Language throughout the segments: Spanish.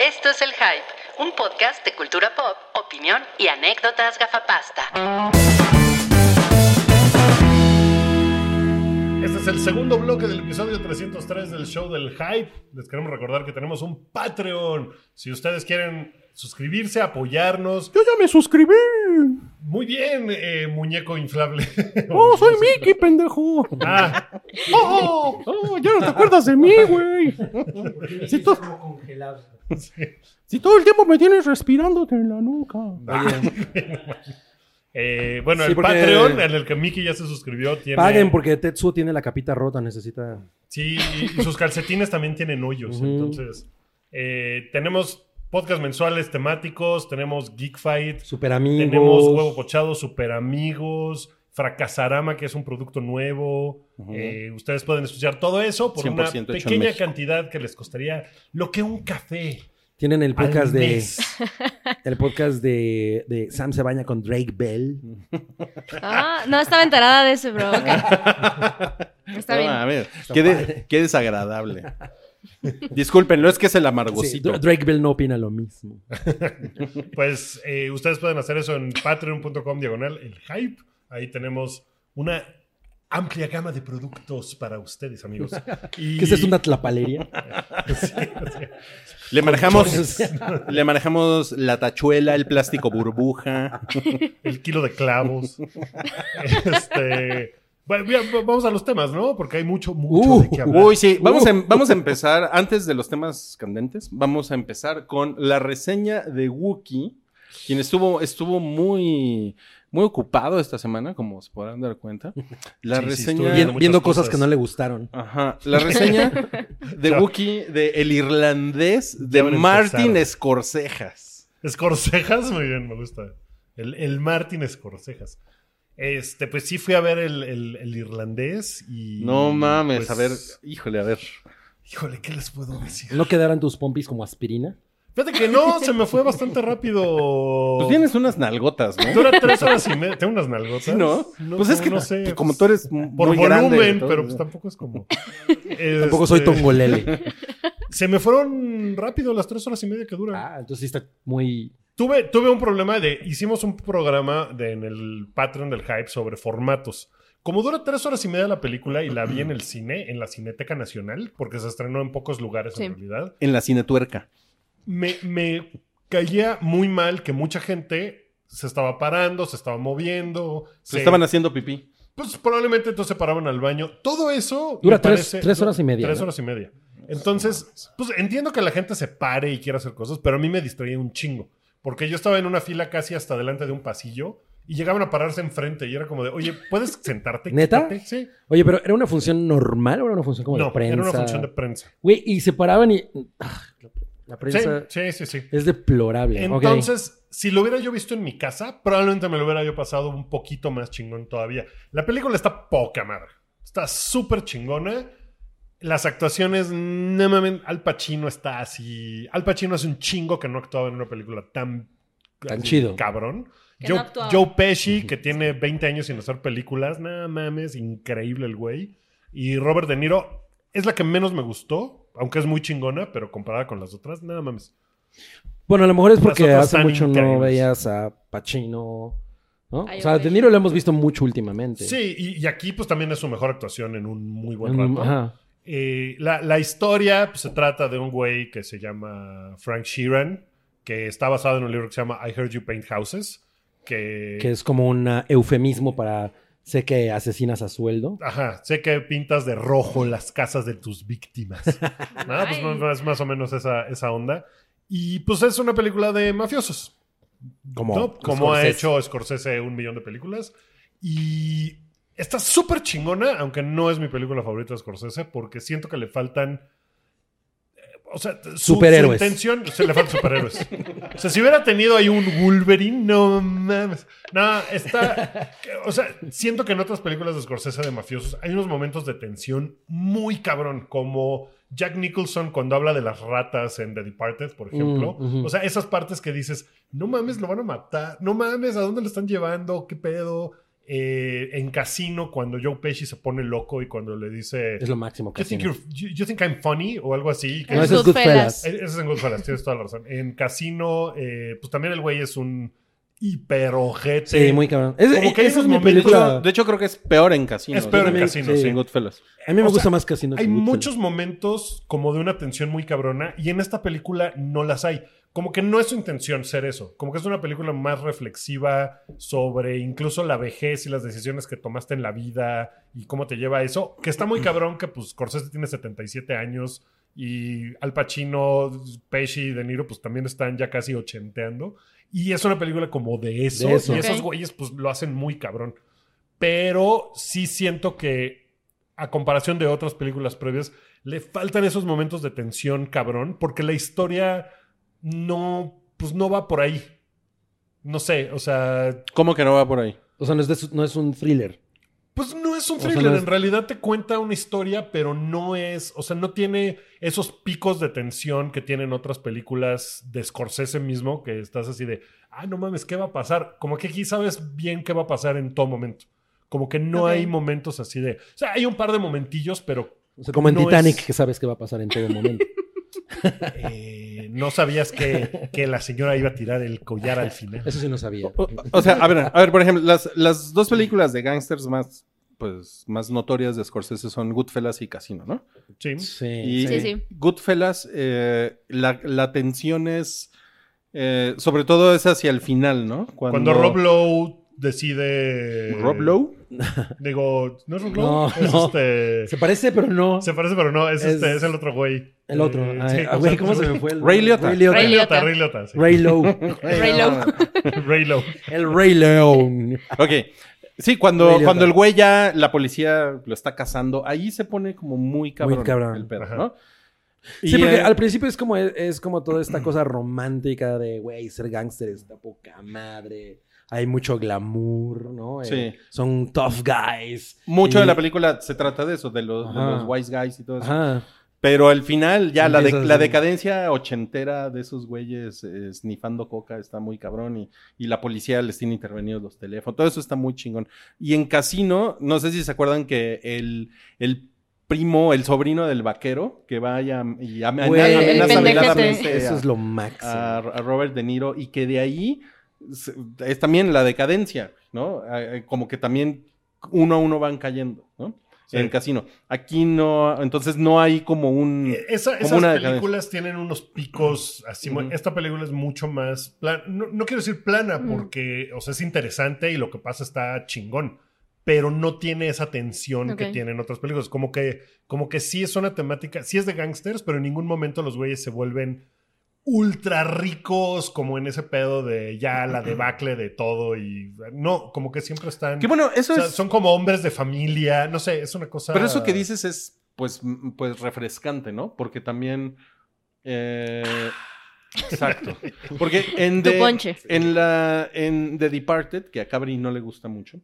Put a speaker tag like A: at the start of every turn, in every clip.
A: Esto es El Hype, un podcast de cultura pop, opinión y anécdotas gafapasta.
B: Este es el segundo bloque del episodio 303 del show del hype. Les queremos recordar que tenemos un Patreon. Si ustedes quieren suscribirse, apoyarnos.
C: Yo ya me suscribí.
B: Muy bien, eh, muñeco inflable.
C: ¡Oh, soy Mickey, pendejo!
B: Ah,
C: ¡Oh! oh, ya no te acuerdas de mí, güey! Si, to-
D: congelado.
C: si todo el tiempo me tienes respirándote en la nuca.
B: eh, bueno,
E: Sí,
B: el
E: porque-
B: Patreon, en el que Mickey ya se suscribió, tiene...
E: Paguen porque Tetsuo tiene la capita rota, necesita.
B: Sí, y, y sus calcetines también tienen hoyos.
E: Ujú.
B: Entonces, eh, tenemos podcast mensuales temáticos, tenemos Geek Fight,
E: Super amigos.
B: Tenemos Huevo Pochado, Super Amigos, Fracasarama, que es un producto nuevo. Eh, ustedes pueden escuchar todo eso por una
F: 100% hecho en
B: pequeña
F: México.
B: cantidad que les costaría lo que un café.
E: Tienen el
B: Al
E: podcast de.
B: mes.
E: El podcast de, de Sam se baña con Drake Bell.
G: Ah, no estaba enterada de ese, bro. ok. Está
F: No,
G: bien.
F: a ver, qué, de- qué desagradable. Disculpen, no es que es el
E: Sí,
F: amargosito.
E: Dra- Drake Bell no opina lo mismo.
B: Pues eh, ustedes pueden hacer eso en patreon.com diagonal el hype. Ahí tenemos una amplia gama de productos para ustedes, amigos. Y-
E: ¿Qué es esto, una tlapalería?
B: Sí, sí.
F: le manejamos, le manejamos la tachuela, el plástico burbuja.
B: el kilo de clavos. este, va- mira, va- vamos a los temas, ¿no? Porque hay mucho, mucho
E: Uh,
B: de qué hablar. Uh.
F: Uy, sí, vamos a, em- vamos a empezar, antes de los temas candentes, vamos a empezar con la reseña de Wookie, quien estuvo, estuvo muy, muy ocupado esta semana, como se podrán dar cuenta. La
B: Sí, sí,
F: reseña...
B: estuve
E: Bien-
B: muchas
E: viendo cosas
B: cosas.
E: que no le gustaron.
F: Ajá, la reseña de
B: Ya.
F: Wookie de El Irlandés de
B: Ya van a empezar.
F: Martin Scorsejas.
B: Escorcejas, muy bien, me gusta. El, el Martin Escorcejas. Este, pues sí fui a ver el, el- el irlandés y.
F: No mames,
B: pues,
F: a ver, híjole, a ver.
B: Híjole, ¿qué les puedo decir?
E: ¿No quedaran tus pompis como aspirina?
B: Fíjate que no, se me fue bastante rápido.
F: Pues tienes unas nalgotas, ¿no?
B: Dura tres horas y media. Tengo unas nalgotas.
F: Sí, ¿no? Pues es que
B: no sé.
F: pues, como tú eres
B: Por
F: muy
B: volumen,
F: grande,
B: pero
F: entonces-
B: pues tampoco es como.
E: Tampoco soy
B: Este,
E: tongolele.
B: Se me fueron rápido las tres horas y media que dura.
E: Ah, entonces sí está muy.
B: Tuve, tuve un problema de. Hicimos un programa de- en el Patreon del Hype sobre formatos. Como dura tres horas y media la película y la vi en el cine, en la Cineteca Nacional, porque se estrenó en pocos lugares en
G: Sí.
B: realidad,
F: En la cinetuerca.
B: me, me caía muy mal que mucha gente se estaba parando, se estaba moviendo.
F: Se estaban haciendo pipí.
B: Pues probablemente entonces se paraban al baño. Todo eso.
E: Dura
B: me
E: tres- tres horas y media,
B: Tres
E: ¿no?
B: horas y media. Entonces, pues entiendo que la gente se pare y quiera hacer cosas, pero a mí me distraía un chingo. Porque yo estaba en una fila casi hasta delante de un pasillo y llegaban a pararse enfrente y era como de, oye, ¿puedes sentarte?
E: ¿Neta?
B: Quítate". Sí.
E: Oye, pero ¿era una función normal o era una función como de
B: No,
E: prensa?
B: era una función de prensa.
E: Güey, y se paraban y. Ah, la
B: Sí,
E: prensa
B: sí, sí, sí.
E: es deplorable. Ok.
B: Entonces, si lo hubiera yo visto en mi casa, probablemente me lo hubiera yo pasado un poquito más chingón todavía. La película está poca madre. Está súper chingona. Las actuaciones, no mames, Al Pacino está así. Al Pacino hace un chingo que no actuaba en una película tan,
E: Tan
B: así,
E: chido.
B: Cabrón.
G: Que
B: Joe,
G: no actuaba.
B: Joe Pesci, que tiene 20 años sin hacer películas, no mames, increíble el güey. Y Robert De Niro es la que menos me gustó, aunque es muy chingona, pero comparada con las otras, nada mames.
E: Bueno, a lo mejor es porque
B: otras
E: hace
B: están
E: mucho no
B: increíbles.
E: veías a Pacino. ¿no?
G: Ay,
E: o sea, a
G: ok.
E: De Niro lo hemos visto mucho últimamente.
B: Sí, y, y aquí pues también es su mejor actuación en un muy buen
E: En-
B: rato.
E: ajá.
B: Eh, la, la historia pues, se trata de un güey que se llama Frank Sheeran, que está basado en un libro que se llama I Heard You Paint Houses, que...
E: Que es como un ah, eufemismo para. Sé que asesinas a sueldo.
B: Ajá, sé que pintas de rojo las casas de tus víctimas. ¿No? Pues,
G: Ay.
B: más, más- más o menos esa, esa onda. Y pues es una película de mafiosos.
E: Como,
B: ¿no? Como ha
E: Scorsese.
B: hecho Scorsese un millón de películas. Y está súper chingona, aunque no es mi película favorita de Scorsese, porque siento que le faltan. eh, O sea, su- su,
E: Superhéroes.
B: intención se le faltan superhéroes. o sea, si hubiera tenido ahí un Wolverine, no mames. No, está. que- O sea, siento que en otras películas de Scorsese de mafiosos hay unos momentos de tensión muy cabrón, como Jack Nicholson cuando habla de las ratas en The Departed, por ejemplo.
E: Mm, ujú.
B: O sea, esas partes que dices, no mames, lo van a matar, no mames, ¿a dónde lo están llevando? ¿Qué pedo? eh, en Casino cuando Joe Pesci se pone loco y cuando le dice...
E: Es lo máximo que
B: You think,
E: tiene.
B: you're- you- you think I'm funny o algo así. que-
E: No,
G: Es
E: eso es
G: Goodfellas.
E: Goodfellas.
B: Eh, Eso es en Goodfellas, tienes toda la razón. En Casino, eh, pues también el güey es un hiperojete.
E: Sí, muy cabrón. Es,
F: Eh,
B: Como que hay
E: esa es
B: unos
E: mi
B: momentos-
E: película.
F: De hecho, creo que es peor en Casino.
B: Es peor en
E: también,
B: Casino,
E: sí.
B: sí.
F: En Goodfellas.
E: A mí me
B: o
E: gusta
B: sea,
E: más Casino. que
B: Hay
E: Goodfellas.
B: muchos momentos como de una tensión muy cabrona y en esta película no las hay. Como que no es su intención ser eso. Como que es una película más reflexiva sobre incluso la vejez y las decisiones que tomaste en la vida y cómo te lleva a eso. Que está muy cabrón que pues Scorsese tiene 77 años y Al Pacino, Pesci y De Niro pues también están ya casi ochenteando. Y es una película como de eso.
E: De eso.
B: Y esos
G: Ok.
B: güeyes pues lo hacen muy cabrón. Pero sí siento que a comparación de otras películas previas, le faltan esos momentos de tensión cabrón, porque la historia no, pues no va por ahí. No sé, o sea,
F: ¿Cómo que no va por ahí?
E: O sea, no es, de su- no es un thriller.
B: pues no es un
E: O sea,
B: thriller,
E: no es-
B: en realidad te cuenta una historia, pero no es, o sea, no tiene esos picos de tensión que tienen otras películas de Scorsese mismo, que estás así de, ah, no mames, ¿qué va a pasar? Como que aquí sabes bien qué va a pasar en todo momento. Como que no
G: Ok.
B: hay momentos así de, o sea, hay un par de momentillos, pero
E: O sea, como en
B: No
E: Titanic,
B: es-
E: que sabes que va a pasar en todo momento.
B: Eh, no sabías que, que la señora iba a tirar el collar al final.
E: Eso sí no sabía.
F: O, o sea, a ver, a ver, por ejemplo, las, las dos películas de gangsters más, pues, más notorias de Scorsese son Goodfellas y Casino, ¿no?
B: Sí.
E: Sí.
F: Y
G: Sí, sí.
F: Goodfellas, eh, la, la tensión es, eh, sobre todo es hacia el final, ¿no?
B: Cuando Rob Lowe decide.
F: Rob Lowe.
B: Digo, ¿no es Rob Lowe?
E: No,
B: es
E: no.
B: este.
E: Se parece, pero no.
B: Se parece, pero no, es,
E: Es-
B: este, es el otro güey.
E: El otro.
B: Eh,
E: Ay,
B: sí,
E: ah, güey,
B: o sea,
E: ¿cómo se me fue? El...
F: Ray Liotta.
E: Ray Liotta.
B: Ray
G: Ray
B: Liotta,
G: Liotta.
B: Ray Liotta, sí.
E: Ray Lowe.
G: Ray Lowe.
B: Ray Lowe.
E: El Ray Lowe.
F: Ok. Sí, cuando,
E: Ray
F: cuando
E: Liotta.
F: el güey ya, la policía lo está cazando, ahí se pone como muy cabrón,
E: cabrón.
F: el pedo,
B: Ajá.
F: ¿no?
E: Sí, porque
F: eh,
E: al principio es como, es como toda esta cosa romántica de, güey, ser gángster está poca madre. Hay mucho glamour, ¿no? Eh,
F: Sí.
E: Son tough guys.
F: mucho
E: Y-
F: de la película se trata de eso, de los, de
E: Ajá.
F: los wise guys y todo eso.
E: Ajá.
F: Pero al final, ya la, de-
E: Empiezas
F: la
E: de-
F: decadencia ochentera de esos güeyes eh, snifando coca está muy cabrón y, y la policía les tiene intervenidos los teléfonos. Todo eso está muy chingón. Y en Casino, no sé si se acuerdan que el, el primo, el sobrino del vaquero, que vaya y am-
E: Güey,
F: amenaza
G: el pendejete.
F: veladamente
E: Eso
F: a-
E: es lo máximo.
F: a, a Robert De Niro y que de ahí se- es también la decadencia, ¿no? Eh, eh, Como que también uno a uno van cayendo, ¿no?
B: Sí.
F: En el casino. Aquí no, entonces no hay como un...
B: Eh, Esa-
F: Como
B: esas
F: una decadencia.
B: películas tienen unos picos así. muy-
F: Ujú.
B: Esta película es mucho más plan- No, no quiero decir plana
G: Ujú.
B: porque, o sea, es interesante y lo que pasa está chingón, pero no tiene esa tensión que
G: Ok.
B: tienen otras películas. Como que, como que sí es una temática, sí es de gangsters, pero en ningún momento los güeyes se vuelven ultra ricos como en ese pedo de ya la debacle de todo y no, como que siempre están.
F: Que bueno, eso
B: o sea,
F: es...
B: Son como hombres de familia, no sé, es una cosa.
F: Pero eso que dices es, pues, m- pues refrescante, ¿no? Porque también... eh, exacto. Porque en,
G: Tu
F: The-
G: ponche.
F: en la en The Departed, que a Cabri no le gusta mucho,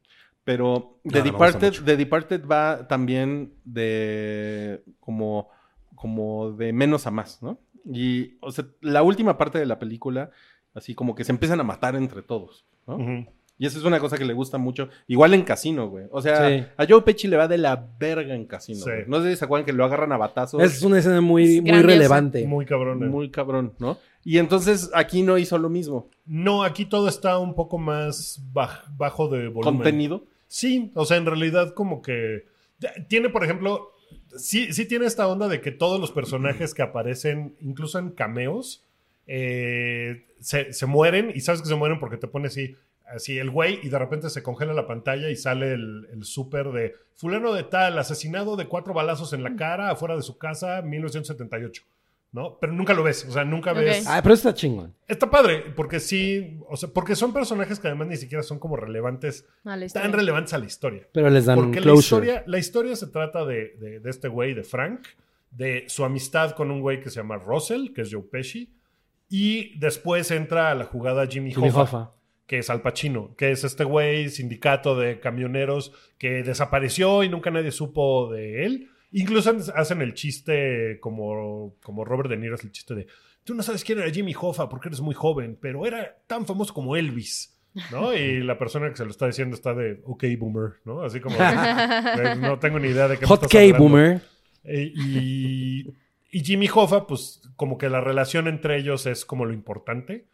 F: pero The
E: No, no me
F: Departed,
E: gusta mucho.
F: The Departed va también de como como de menos a más, ¿no? Y o sea, la última parte de la película así como que se empiezan a matar entre todos, ¿no?
B: Ujú.
F: Y esa es una cosa que le gusta mucho. Igual en Casino, güey. O sea,
E: Sí.
F: a Joe Pesci le va de la verga en Casino.
B: Sí.
F: güey. No sé si se acuerdan que lo agarran a batazos.
E: Es una escena muy,
G: Es
E: muy
G: grandiosa.
E: relevante.
B: Muy cabrón. ¿eh?
F: muy cabrón, ¿no? Y entonces aquí no hizo lo mismo.
B: No, aquí todo está un poco más baj- bajo de volumen.
F: Contenido.
B: Sí, o sea, en realidad como que tiene, por ejemplo, sí, sí tiene esta onda de que todos los personajes que aparecen, incluso en cameos, eh, se, se mueren y sabes que se mueren porque te pone así, así el güey y de repente se congela la pantalla y sale el, el súper de fulano de tal, asesinado de cuatro balazos en la cara afuera de su casa, 1978. ¿No? Pero nunca lo ves, o sea, nunca
G: Ok.
B: ves.
E: Ah, pero está chingón.
B: Está padre, porque sí, o sea, porque son personajes que además ni siquiera son como relevantes,
G: Vale, está
B: tan
G: bien.
B: relevantes a la historia.
E: Pero les dan un
B: Porque la
E: closure.
B: historia, la historia se trata de, de- de este güey, de Frank, de su amistad con un güey que se llama Russell, que es Joe Pesci, y después entra a la jugada Jimmy,
E: Jimmy
B: Hoffa,
E: Hoffa.
B: que es Al Pacino, que es este güey, sindicato de camioneros que desapareció y nunca nadie supo de él. Incluso hacen el chiste como, como Robert De Niro es el chiste de tú no sabes quién era Jimmy Hoffa porque eres muy joven, pero era tan famoso como Elvis. ¿no? Y la persona que se lo está diciendo está de OK Boomer, ¿no? Así como eh, no tengo ni idea de qué me
E: Hot
B: estás
E: K
B: hablando.
E: Boomer.
B: Eh, y, y Jimmy Hoffa, pues como que la relación entre ellos es como lo importante.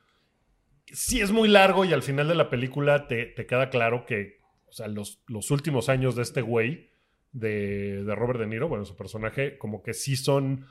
B: Sí es muy largo y al final de la película te, te queda claro que o sea, los, los últimos años de este güey, de, de Robert De Niro, bueno, su personaje, como que sí son...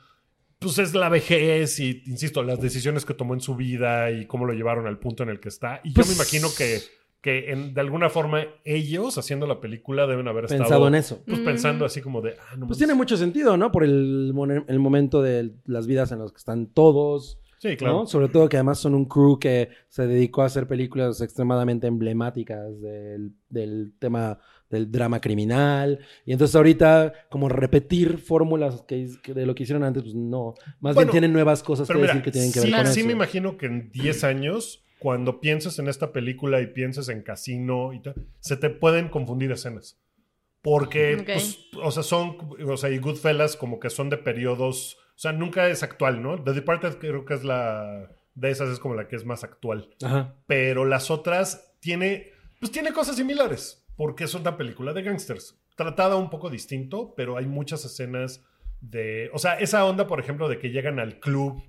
B: Pues es la vejez y, insisto, las decisiones que tomó en su vida y cómo lo llevaron al punto en el que está. Y
E: Pues
B: yo me imagino que, que en- de alguna forma ellos, haciendo la película, deben haber
E: Pensado
B: estado...
E: en eso.
B: Pues
G: Mm.
B: pensando así como de... Ah, no
E: Pues
B: mames.
E: tiene mucho sentido, ¿no? Por el, mon- el momento de las vidas en las que están todos.
B: Sí, claro.
E: ¿no? Sobre todo que además son un crew que se dedicó a hacer películas extremadamente emblemáticas del, del tema del drama criminal. Y entonces ahorita como repetir fórmulas que, que de lo que hicieron antes, pues no. Más
B: Bueno,
E: bien tienen nuevas cosas que
B: Pero mira,
E: decir que tienen que
B: sí,
E: ver con
B: sí
E: eso.
B: me imagino que en 10 años, cuando pienses en esta película y pienses en Casino y tal, se te pueden confundir escenas. Porque,
G: Ok.
B: pues, o sea, son, o sea, y Goodfellas como que son de periodos, o sea, nunca es actual, ¿no? The Departed creo que es la, de esas es como la que es más actual
E: Ajá.
B: pero las otras tiene, pues tiene cosas similares, porque es una película de gangsters, tratada un poco distinto, pero hay muchas escenas de, o sea, esa onda, por ejemplo, de que llegan al club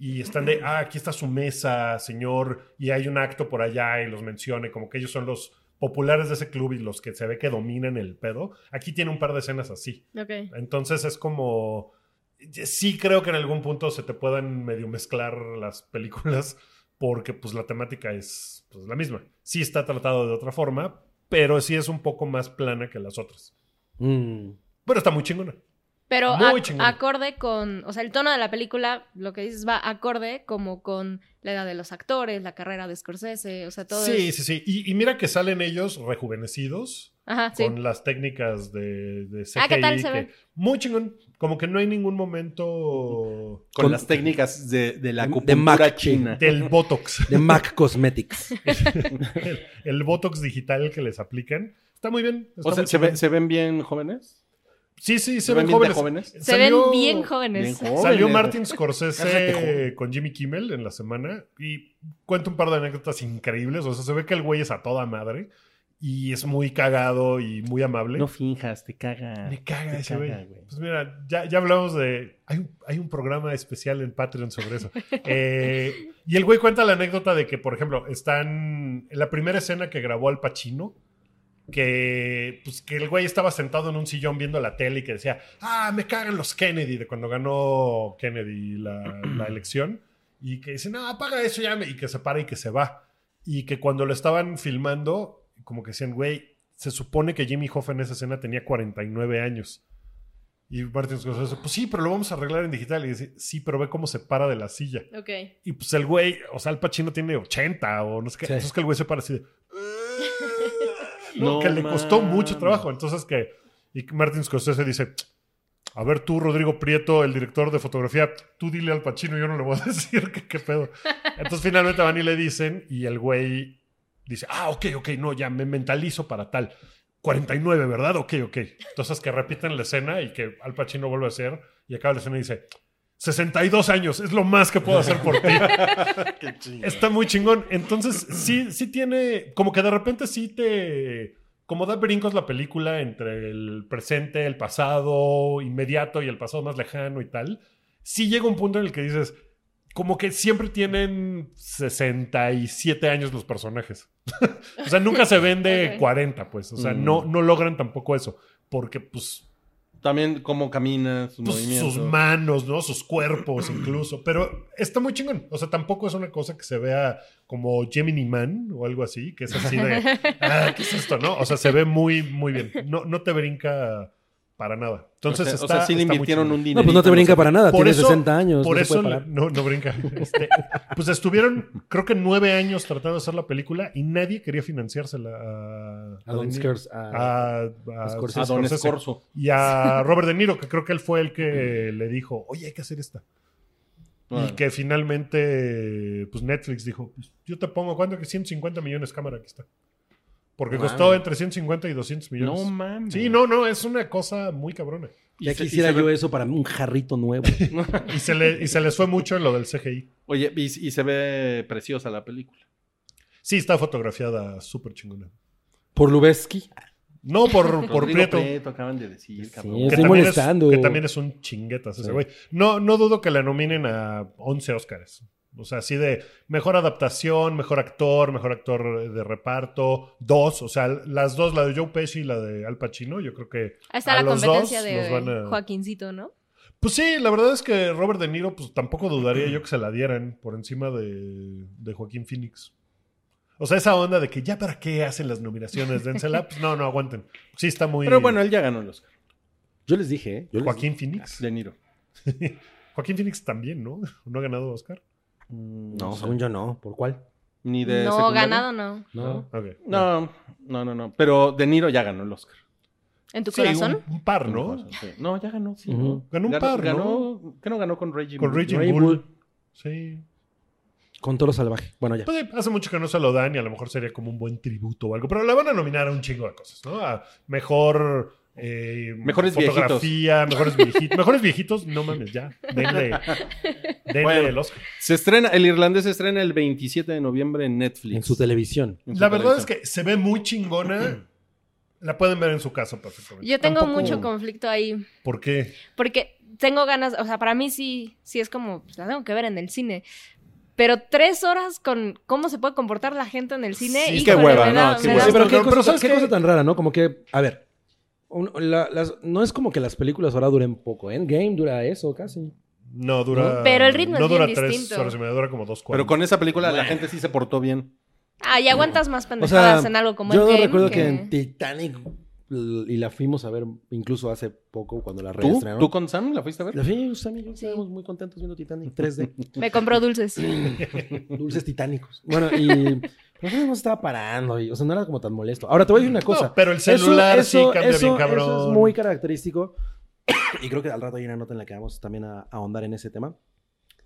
B: y están de, ah, aquí está su mesa, señor, y hay un acto por allá y los mencione, como que ellos son los populares de ese club y los que se ve que dominan el pedo. Aquí tiene un par de escenas así.
G: Ok.
B: Entonces es como. Sí, creo que en algún punto se te puedan medio mezclar las películas porque pues la temática es pues, la misma. Sí está tratado de otra forma, pero sí es un poco más plana que las otras.
E: Mm.
B: Pero está muy chingona.
G: Pero
B: Muy
G: ac-
B: chingona.
G: acorde con, o sea, el tono de la película, lo que dices va acorde como con la edad de los actores, la carrera de Scorsese, o sea, todo
B: Sí,
G: es-
B: sí, sí. Y, y mira que salen ellos rejuvenecidos
G: Ajá, sí.
B: con las técnicas de, de CGI.
G: Ah, ¿qué tal se
B: que-
G: ven?
B: Muy chingón. Como que no hay ningún momento
F: Con,
E: Con-
F: las técnicas de, de la
E: De
F: acupuntura
E: Mac
F: china.
B: del Botox.
E: De Mac Cosmetics.
B: el, el botox digital que les aplican. Está muy bien. está
F: O sea,
B: muy
F: ¿se,
B: chingón.
F: ve- se ven bien jóvenes?
B: Sí, sí, se,
F: ¿Se
B: ven,
F: ven bien de
B: jóvenes.
F: jóvenes?
G: Se ven
B: Salió-
G: bien jóvenes.
F: Bien jóvenes.
B: Salió Martin
F: Cállate,
B: Scorsese
F: joven.
B: con Jimmy Kimmel en la semana y cuenta un par de anécdotas increíbles. O sea, se ve que el güey es a toda madre y es muy cagado y muy amable.
F: No finjas, te caga.
B: Me caga
F: te
B: ese
F: caga,
B: güey. Pues mira, ya, ya hablamos de. Hay un, hay un programa especial en Patreon sobre eso. Eh, y el güey cuenta la anécdota de que, por ejemplo, están. En la primera escena que grabó Al Pacino, que, pues, que el güey estaba sentado en un sillón viendo la tele y que decía, ah, me cagan los Kennedy, de cuando ganó Kennedy la, la elección. Y que dice, no, apaga eso ya, me-", y que se para y que se va. Y que cuando lo estaban filmando, como que decían, güey, se supone que Jimmy Hoffa en esa escena tenía 49 años. Y Martin Scorsese, pues sí, pero lo vamos a arreglar en digital. Y dice, sí, pero ve cómo se para de la silla.
G: Ok.
B: Y pues el güey, o sea, el Pachino tiene 80 o no sé qué.
E: Sí.
B: Entonces que el güey se para así de...
F: No
B: No, que le costó
F: mames.
B: mucho trabajo. Entonces que... Y Martin Scorsese dice, a ver tú, Rodrigo Prieto, el director de fotografía, tú dile al Pachino, yo no le voy a decir que qué pedo. Entonces finalmente van y le dicen y el güey dice, ah, ok, ok, no, ya me mentalizo para tal. 49, ¿verdad? Ok, ok. Entonces que repiten la escena y que Al Pacino vuelve a hacer y acaba la escena y dice, 62 años, es lo más que puedo hacer por ti. Está muy chingón. Entonces, sí, sí tiene, como que de repente sí te, como da brincos la película entre el presente, el pasado inmediato y el pasado más lejano y tal. Sí llega un punto en el que dices, como que siempre tienen 67 años los personajes. o sea, nunca se ven de
G: Ok.
B: 40, pues. O sea,
F: Mm.
B: no, no logran tampoco eso. Porque, pues,
F: También cómo camina, sus
B: pues,
F: movimientos.
B: sus manos, ¿no? Sus cuerpos incluso. Pero está muy chingón. O sea, tampoco es una cosa que se vea como Gemini Man o algo así, que es así de, ah, ¿qué es esto? ¿No? O sea, se ve muy, muy bien. No, no te brinca para nada. Entonces,
F: o sea,
B: está,
F: o sea, sí le
B: está muy
F: invirtieron
B: chingón.
F: un
E: No,
F: dinero.
E: pues no te brinca para nada.
B: Por
E: Tiene
B: eso-
E: 60 años.
B: Por
E: no se
B: eso,
E: puede parar.
B: no, no brinca. Este, pues estuvieron, creo que nueve años tratando de hacer la película y nadie quería financiársela a,
E: A Don Scors- a-
B: a, a
E: Scorsese.
F: A Don
B: Scorsese.
F: Escorzo.
B: Y a Robert De Niro, que creo que él fue el que le dijo, oye, hay que hacer esta.
F: Ah.
B: Y que finalmente, pues Netflix dijo, "Pues, yo te pongo, ¿cuánto? Que 150 millones cámara, aquí está. Porque
F: Mames.
B: costó entre 150 y 200 millones.
F: No mames.
B: sí, no, no, es una cosa muy cabrona.
E: Ya
F: Y se- y
E: quisiera
F: se ve-
E: yo eso para un jarrito nuevo.
B: Y se, le, y se les fue mucho en lo del CGI.
F: Oye, y, y se ve preciosa la película.
B: Sí, está fotografiada súper chingona.
E: Por Lubeski.
B: No por, por
F: Rodrigo
B: Prieto.
F: acaban de decir,
E: Sí,
F: cabrón.
E: es-
B: Que también,
E: Estoy
B: es,
E: molestando.
B: que también es un chinguetas ese
E: Sí.
B: güey. No, no dudo que la nominen a 11 Óscares. O sea, así de mejor adaptación, mejor actor, mejor actor de reparto, dos. O sea, las dos, la de Joe Pesci y la de Al Pacino, yo creo que.
G: Ahí está
B: a
G: la
B: los
G: competencia
B: dos
G: de
B: nos van a-
G: Joaquincito, ¿no?
B: Pues sí, la verdad es que Robert De Niro, pues tampoco dudaría yo que se la dieran por encima de, de Joaquín Phoenix. O sea, esa onda de que ya para qué hacen las nominaciones, dénsela, pues no, no aguanten. Sí, está muy.
F: Pero bueno, él ya ganó el Oscar.
E: Yo les dije, ¿eh? Yo les
B: Joaquín Phoenix.
F: De Niro.
B: Joaquín Phoenix también, ¿no? ¿No ha ganado Oscar?
E: No,
F: No,
E: según yo no. ¿Por cuál?
F: ni de
G: No,
F: secundaria.
G: ganado no.
E: No.
B: Ok.
F: No, no, no, no. Pero De Niro ya ganó el Oscar.
G: ¿En tu
B: Sí,
G: corazón?
B: un, un par, ¿no?
F: Sí. No, ya ganó, sí.
E: Ujú.
B: Ganó un par, ¿no?
F: ganó- ¿Qué no ganó con Reggie?
B: Con
F: Bull?
B: Reggie
E: Ray
B: Bull.
E: Bull.
B: Sí.
E: Con Toro Salvaje. Bueno, ya.
B: Pues, eh, hace mucho que no se lo dan y a lo mejor sería como un buen tributo o algo. Pero la van a nominar a un chingo de cosas, ¿no? A mejor. eh,
F: Mejores
B: fotografía, mejores viejitos. mejores viejitos, no mames, ya. Denle, denle
F: Bueno.
B: el Oscar.
F: Se estrena, el irlandés se estrena el 27 de noviembre en Netflix.
E: En su televisión.
F: En su
B: La verdad es
F: televisión.
B: que se ve muy chingona. La pueden ver en su casa perfectamente.
G: Yo tengo
F: Tampoco-
G: mucho conflicto ahí.
B: ¿Por qué?
G: Porque tengo ganas, o sea, para mí sí, sí es como, pues, la tengo que ver en el cine. Pero tres horas con cómo se puede comportar la gente en el cine.
F: Sí,
G: y
F: qué hueva, no,
E: Sí,
F: sí,
G: Pues,
F: Pero-
E: pero, qué,
B: pero
E: cosa,
B: ¿sabes
E: qué
B: qué?
E: cosa tan rara, ¿no? Como que, a ver, un- la- las- no es como que las películas ahora duren poco. ¿eh? Endgame dura eso casi.
B: No dura.
G: Pero el ritmo
B: no
G: es bien
B: dura tres
G: distinto.
B: horas y media, dura como dos
F: Pero
B: cuarenta.
F: con esa película la gente sí se portó bien.
G: Ah, y aguantas más
E: O sea,
G: pendejadas en algo como
E: yo
G: Endgame
E: recuerdo que... en Titanic l- y la fuimos a ver incluso hace poco cuando la
F: ¿Tú?
E: reestrenaron.
F: ¿Tú con Sam la fuiste a ver?
E: La fuimos, Sam y yo,
G: Sí.
E: estábamos muy contentos viendo Titanic 3D.
G: Me compró dulces.
E: Dulces titánicos. Bueno, y pues, no se estaba parando, y, o sea, no era como tan molesto. Ahora te voy a decir una cosa.
B: No, pero el celular sí cambia bien cabrón.
E: Eso es muy característico. Y creo que al rato hay una nota en la que vamos también a, a ahondar en ese tema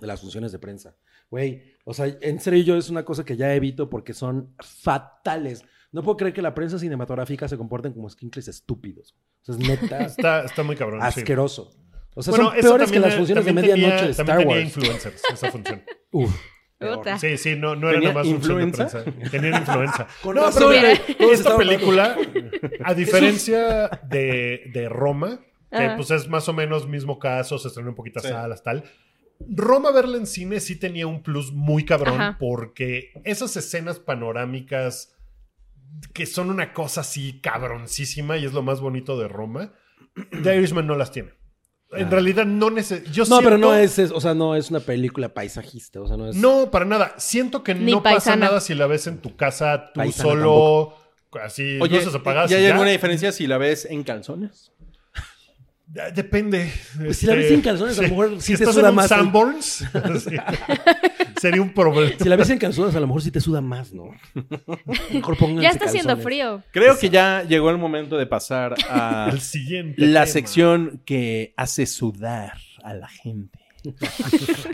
E: de las funciones de prensa. Güey, o sea, en serio yo es una cosa que ya evito porque son fatales. No puedo creer que la prensa cinematográfica se comporten como esquincles estúpidos. O sea, es neta
B: Está, está muy cabrón. sí.
E: asqueroso. O sea, son
B: eso
E: peores que
B: también
E: las
B: era-
E: funciones de
B: también tenía-
E: medianoche de Star
B: También tenía
E: Wars.
B: influencers, esa función.
E: Uf.
G: Puta.
B: Sí, sí, no, no era
F: ¿Tenía
B: nada más
F: influenza?
B: influenza. Tenían influenza.
E: Con
B: no,
E: razón,
B: pero mira,
E: güey, todos
B: esta
E: estaban-
B: película, a diferencia de, de Roma, que
G: Ajá.
B: pues es más o menos mismo caso, se estrenó en poquitas salas, tal. Roma verla en cine sí tenía un plus muy cabrón
G: Ajá.
B: porque esas escenas panorámicas que son una cosa así cabroncísima y es lo más bonito de Roma, The Irishman no las tiene. En
E: Ah.
B: realidad no necesita... Yo
E: No, pero
B: siento-
E: no es, es- o sea, no es una película paisajista, o sea, no es
B: no, para nada. Siento que
G: Ni
B: no pasa
G: paisana.
B: nada si la ves en tu casa, tú
E: Paisana
B: solo, así, luces apagadas.
F: ¿y
B: y
F: hay
B: ya.
F: alguna diferencia si la ves en calzones?
B: Eh, Depende.
E: Pues si la ves
B: Este,
E: sin calzones, a lo
B: sí.
E: mejor sí
B: si
E: te
B: estás
E: suda
B: en un
E: más. el-
B: Sanborns, sí, sería un problema.
E: Si la ves en calzones, a lo mejor sí te suda más, ¿no? Mejor pónganse
G: Ya está haciendo
E: calzones.
G: frío.
F: Creo que ya llegó el momento de pasar a
B: El siguiente.
F: la
B: tema.
F: sección que hace sudar a la gente.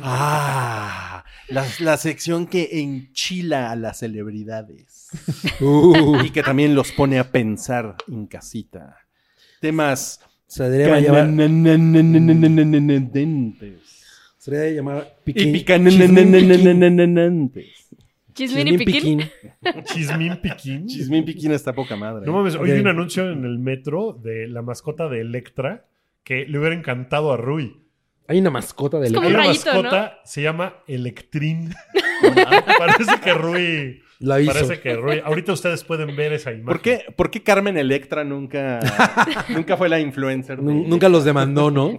F: ah, la, la sección que enchila a las celebridades
E: Uh,
F: y que también los pone a pensar en casita. Temas
E: se debería llamar,
F: cananananananananananananananananananananananananananananananananananananananantes.
E: se debería llamar
F: y
E: piquín, chismín piquín,
F: picananananananananananananananananananananananananananananananananananananantes.
G: Chismín y
E: chismín
G: piquín.
E: piquín.
B: Chismín Piquín.
F: Chismín piquín está poca madre.
B: No mames, hoy
E: Ok.
B: vi un anuncio en el metro de la mascota de Electra que le hubiera encantado a Rui.
E: Hay una mascota de
G: Es
E: la,
G: como
B: Hay
G: un
B: una
G: rayito, ¿no?
B: mascota, se llama Electrin. Parece que Rui.
E: la hizo.
B: Parece que Rui. Ahorita ustedes pueden ver esa imagen.
F: ¿Por qué, por qué Carmen Electra nunca, nunca fue la influencer? de-
E: Nun- Nunca los demandó, ¿no?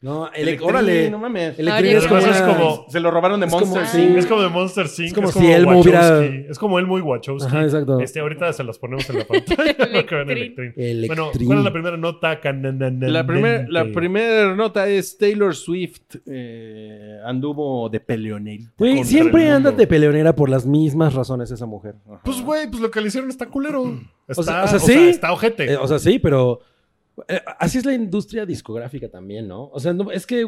E: No, ele-
F: Electrín,
E: órale.
F: No mames.
E: Electrín
G: Ahora
E: es como,
B: ya
E: una,
B: es como-
F: Se lo robaron de
E: Es
F: Monster
E: como-
F: Inc.
B: Es como de Monster Inc.
E: Es como si Elmo hubiera-
B: Wachowski. Es como Elmo y Wachowski.
E: Ajá, exacto.
B: Este, ahorita se las ponemos en la pantalla. para que vean
G: Electrin.
B: Electrin. Bueno,
E: Electrin.
B: ¿cuál es la primera nota? Canananante.
F: La primera la primer nota es Taylor Swift eh, anduvo de peleonel.
E: Güey, siempre anda de peleonera por las mismas razones esa mujer.
B: Pues, güey, pues lo que le hicieron está culero. Está, o
E: sea,
B: sea,
E: o sea, sí.
B: está ojete.
E: Eh, o sea, sí, pero eh, así es la industria discográfica también, ¿no? O sea, no- es que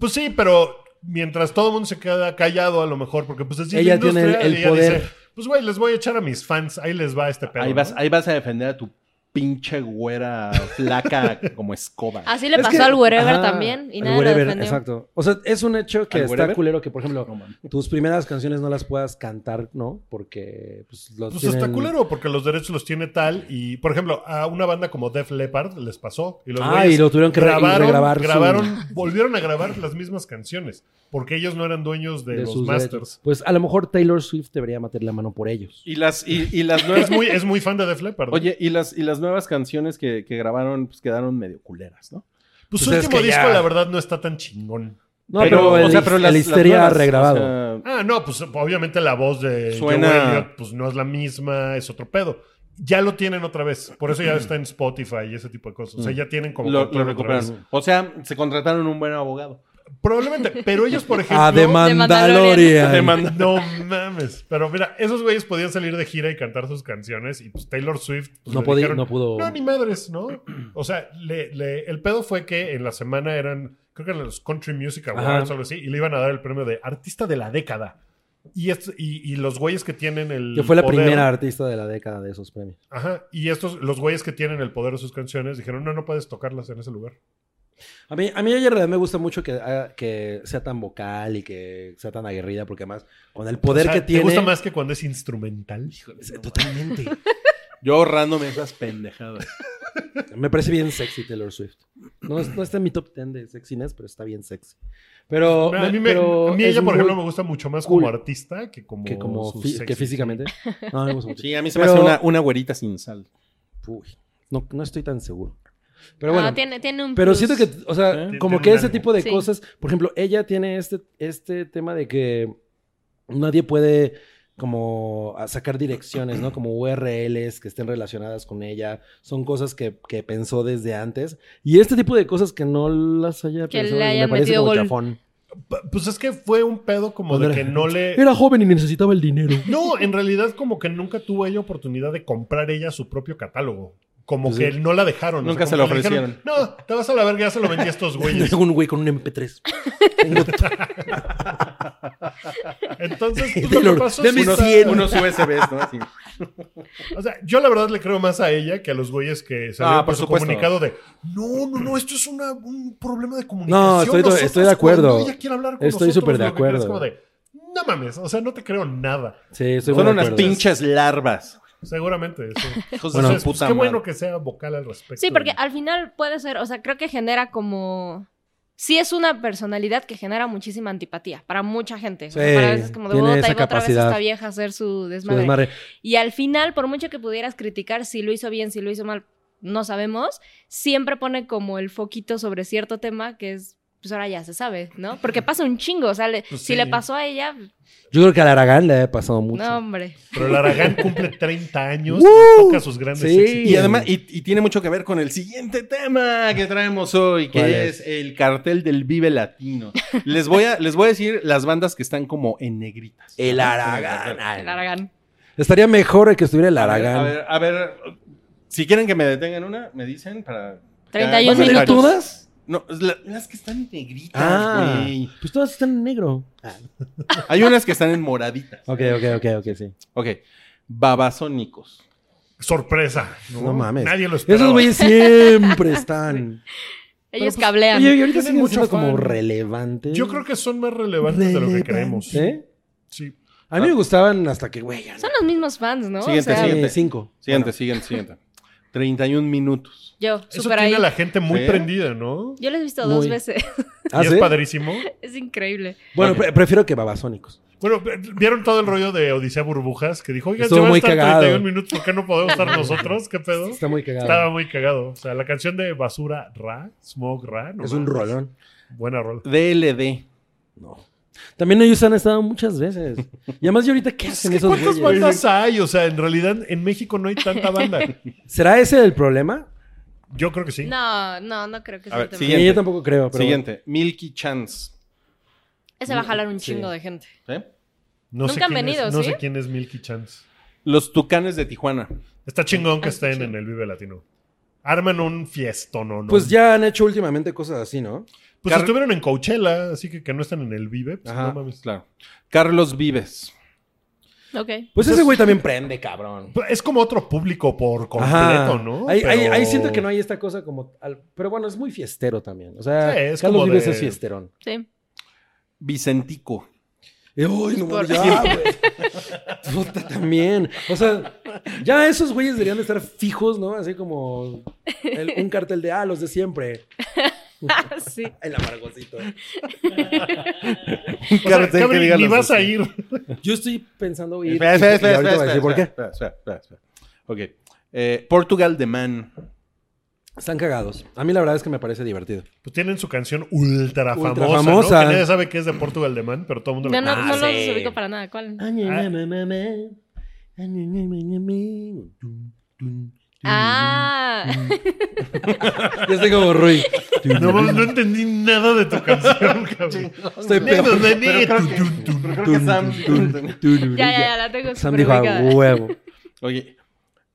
B: Pues sí, pero mientras todo el mundo se queda callado, a lo mejor, porque pues así es
E: Ella
B: la industria,
E: tiene el- el
B: y ella
E: poder.
B: dice, pues, güey, les voy a echar a mis fans. Ahí les va este pedo.
F: Ahí vas,
B: ¿no?
F: ahí vas a defender a tu pinche güera flaca como escoba.
G: Así le
E: Es
G: pasó
E: que-
G: al Wherever
E: Ajá,
G: también y
E: al
G: nada
E: Wherever,
G: lo defendió.
E: Exacto. O sea, es un hecho que
F: ¿Al
E: está
F: Wherever?
E: culero que, por ejemplo,
F: No, mames.
E: tus primeras canciones no las puedas cantar, ¿no? Porque pues, los
B: Pues
E: tienen-
B: está culero porque los derechos los tiene tal y, por ejemplo, a una banda como Def Leppard les pasó y los
E: Ah,
B: güeyes
E: y lo tuvieron que re- y
B: grabaron,
E: regrabar su-
B: grabaron, volvieron a grabar las mismas canciones porque ellos no eran dueños de,
E: de
B: los
E: sus
B: masters.
E: derechos. Pues a lo mejor Taylor Swift debería meter la mano por ellos.
F: Y las, y, y las nuevas.
B: Es muy, es muy fan de Def Leppard.
F: Oye, y las, y las nuevas canciones que, que grabaron pues, quedaron medio culeras, ¿no?
B: pues su
E: pues es
B: último
E: que
B: disco,
E: ya-
B: la verdad, no está tan chingón.
E: No, pero, el, el Histeria
F: nuevas,
E: regrabado.
F: o sea,
B: Ah, no, pues obviamente la voz de
F: Suena-
B: Joe Elliott, pues no es la misma, es otro pedo. Ya lo tienen otra vez. Por eso ya está en Spotify y ese tipo de cosas. O sea, ya tienen como.
F: lo,
B: control
F: lo
B: otra vez.
F: recuperaron. O sea, se contrataron un buen abogado.
B: Probablemente. Pero ellos, por ejemplo.
E: Ah, de Mandalorian.
F: Te mandan-
B: No mames. Pero mira, esos güeyes podían salir de gira y cantar sus canciones. Y pues Taylor Swift. pues,
E: No
B: le
E: podía-
B: dijeron,
E: no pudo.
B: No, ni madres, ¿no? O sea, le- le- el pedo fue que en la semana eran. Creo que eran los Country Music Awards
E: Ajá.
B: o algo así. Y le iban a dar el premio de Artista de la Década. Y, est- y, y los güeyes que tienen el.
E: Que fue la
B: poder-
E: primera artista de la década de esos premios.
B: Ajá. Y estos, los güeyes que tienen el poder de sus canciones, dijeron: No, no puedes tocarlas en ese lugar.
E: A mí, a mí ella en realidad me gusta mucho que, haga- que sea tan vocal y que sea tan aguerrida, porque además, con el poder
B: O sea,
E: que tiene.
B: ¿Te gusta más que cuando es instrumental?
E: Sí, Totalmente.
F: Yo ahorrándome esas pendejadas.
E: me parece bien sexy Taylor Swift. No, es- no está en mi top 10 de sexiness, pero está bien sexy. Pero.
B: Mira, a mí, me-
E: pero
B: a mí
E: es
B: ella, por
E: muy-
B: ejemplo, me gusta mucho más
E: cool.
B: como artista que como,
E: Que como
B: su
E: fi-
B: sexy.
E: que físicamente. No, me gusta mucho.
F: Sí, a mí se me
E: Pero-
F: hace una, una güerita sin sal.
E: Uy, no, no estoy tan seguro. Pero
G: Pero
E: bueno.
G: Ah, tiene, tiene un
E: Pero
G: plus.
E: siento que, o sea,
F: Sí,
E: como
B: tiene
E: que
B: un
E: ese
B: algo.
E: tipo de
G: Sí.
E: cosas, por ejemplo, ella tiene este, este tema de que nadie puede como a sacar direcciones, ¿no? Como URLs que estén relacionadas con ella, son cosas que, que pensó desde antes. Y este tipo de cosas que no las haya
G: Que le
E: pensado, me
G: hayan
E: parece
G: metido
E: como
G: gol.
E: chafón.
B: P- Pues es que fue un pedo como de
E: Cuando
B: que
E: era-
B: no le...
E: Era joven y necesitaba el dinero.
B: No, en realidad como que nunca tuvo ella oportunidad de comprar ella su propio catálogo. Como
E: Pues sí.
B: que no la dejaron.
F: Nunca
B: como
F: se lo
B: que le dijeron, no, te vas a la verga, ya se lo vendí a estos güeyes.
E: Tengo un güey con un MP3. Tengo
B: Entonces, pues, lo
E: Taylor,
B: que pasó
E: dame
B: es
F: Unos,
B: que-
E: cien.
F: unos USBs, ¿no? Así.
B: O sea, yo la verdad le creo más a ella que a los güeyes que salieron
F: Ah,
B: con
F: por
B: su
F: supuesto.
B: comunicado de no, no, no, esto es una- un problema de comunicación.
E: No, estoy-
B: Nosotros,
E: estoy de acuerdo.
B: cuando ella quiere hablar con
E: Estoy
B: nosotros,
E: súper de
B: lo que quiere es
E: acuerdo.
B: como de, no mames, o sea, no te creo nada.
E: Sí, estoy muy
F: Son
E: de
F: unas
E: acuerdo.
F: pinches larvas.
B: Seguramente, sí.
F: Hijos de
B: Bueno,
F: su
B: pues,
F: puta
B: qué bueno
F: madre.
B: que sea vocal al respecto.
G: Sí, porque al final puede ser, o sea, creo que genera como... Sí es una personalidad que genera muchísima antipatía para mucha gente. O sea,
E: Sí,
G: para veces como de
E: tiene
G: "Bota,
E: esa
G: ahí va otra vez
E: capacidad.
G: esta vieja a hacer su
E: Su
G: desmadre.
E: desmadre.
G: Y al final, por mucho que pudieras criticar si lo hizo bien, si lo hizo mal, no sabemos, siempre pone como el foquito sobre cierto tema que es, pues ahora ya se sabe, ¿no? Porque pasa un chingo, o sea, le-
B: Pues
G: si
B: sí.
G: le pasó a ella,
E: Yo creo que a Aragán le ha pasado mucho.
G: no, hombre.
B: Pero el Aragán cumple 30 años
E: ¡Woo!
B: y toca sus grandes
E: Sí.
B: éxitos.
F: Y además, y, y tiene mucho que ver con el siguiente tema que traemos hoy,
E: ¿Cuál
F: que es? el cartel del Vive Latino. Les voy, a, les voy a decir las bandas que están como en negritas.
E: El
G: El
E: Aragán.
G: Aragán.
E: Estaría mejor el que estuviera el
F: A
E: Aragán.
F: ver, a ver, si quieren que me detengan una, me dicen para...
G: 31
F: ¿Vas a leer
G: minutos.
F: todas? No, es la- las que están negritas,
E: Ah.
F: güey.
E: Pues todas están en negro.
F: Hay unas que están en moraditas.
E: Ok, ok, ok, ok, sí.
F: Ok. Babasónicos.
B: Sorpresa. No,
E: No mames.
B: Nadie lo esperaba.
E: Esos güeyes siempre están.
G: Ellos
B: pues,
G: cablean.
E: Oye, y ahorita
B: Tienen
E: siguen
B: mucho
E: siendo como
B: fan.
E: relevantes.
B: Yo creo que son más relevantes de lo que creemos.
E: ¿Eh?
B: Sí.
E: A mí me gustaban hasta que, güey, ya no.
G: Son los mismos fans, ¿no?
F: Siguiente,
G: o sea,
F: siguiente.
E: Eh, cinco.
F: Siguiente, siguiente, siguiente. 31 minutos.
G: yo,
B: Eso
G: super
B: tiene
G: ahí.
B: a la gente muy
F: Sí.
B: prendida, ¿no?
G: Yo les he visto
E: Muy.
G: dos veces.
E: Ah,
B: y
E: ¿sí?
B: es padrísimo.
G: es increíble.
E: Bueno,
F: Ok.
E: pre- prefiero que babasónicos.
B: Bueno, vieron todo el rollo de Odisea Burbujas que dijo, oigan,
E: Estuvo
B: se van a
E: muy
B: estar
E: cagado.
B: 31 minutos, ¿por qué no podemos estar nosotros? ¿Qué pedo?
E: Está muy cagado.
B: Estaba muy cagado. O sea, la canción de Basura Ra, Smoke Ra, no
E: es un
B: mames.
E: rolón.
B: Buena rola.
F: DLD.
E: Ah, No. También ellos han estado muchas veces. Y además, yo ahorita, ¿qué hacen esos
B: ¿Cuántas
E: güeyes?
B: bandas hay? O sea, en realidad en México no hay tanta banda.
E: ¿Será ese el problema?
B: Yo creo que sí.
G: No, no, no creo que
F: A
G: sea
F: ver,
G: el tema.
F: siguiente.
E: Sí, yo tampoco creo. Pero
F: Siguiente. Milky Chance.
G: Ese va a jalar un
E: Sí.
G: chingo de gente.
F: ¿eh?
B: No sé
G: Nunca han
B: quién
G: venido,
B: es, No
G: ¿sí?
B: sé quién es Milky Chance.
F: Los Tucanes de Tijuana.
B: Está chingón que
G: Ah,
B: estén
G: sí.
B: en el Vive Latino. Arman un fiestón o no.
E: Pues ya han hecho últimamente cosas así, ¿no?
B: Pues
F: Car-
B: estuvieron en Coachella, así que que no están en el Vive, pues no mames.
F: claro. Carlos Vives.
G: Ok.
E: Pues ese güey también prende, cabrón.
B: Pues, Es como otro público por completo,
E: Ajá.
B: ¿no?
E: Ahí, ahí-
B: Pero-
E: ahí siento que no hay esta cosa como. al- pero bueno, es muy fiestero también. O sea,
B: Sí, es
E: Carlos
B: como
E: Vives
B: de-
E: es fiesterón.
G: Sí.
F: Vicentico.
E: Eh, Uy, no
G: Por-
E: mames, ya, güey. Puta, también. O sea, ya esos güeyes deberían de estar fijos, ¿no? Así como el- un cartel de ah, los de siempre.
G: Ah, sí.
E: El amargosito.
B: O sea,
F: Claro, tengo que
B: cabrón,
F: diga
B: ni
F: los
B: vas
F: dos,
B: a
F: sí.
B: ir.
E: Yo estoy pensando ir.
F: Espera, espera, espera,
E: y ahorita voy
F: espera,
E: a decir
F: espera,
E: por qué.
F: espera, espera, espera, espera. Ok. Eh, Portugal The Man.
E: Están cagados. A mí la verdad es que me parece divertido.
B: Pues tienen su canción ultra famosa.
E: Ultra
B: ¿no?
E: famosa.
B: Que nadie sabe que es de Portugal de Man, pero todo el mundo
G: No,
B: la
G: no,
B: conoce.
G: no los
E: sí.
G: ubico para nada. ¿Cuál? Ah.
E: Ya estoy como Rui.
B: No, mames, no entendí nada de tu canción, cabrón.
E: Estoy
B: Pero
E: peor.
B: creo
G: ya, ya, ya, la tengo
E: Sam
G: súper
E: Mm. dijo "Ah, a
G: ubicada.
E: huevo.
F: Oye.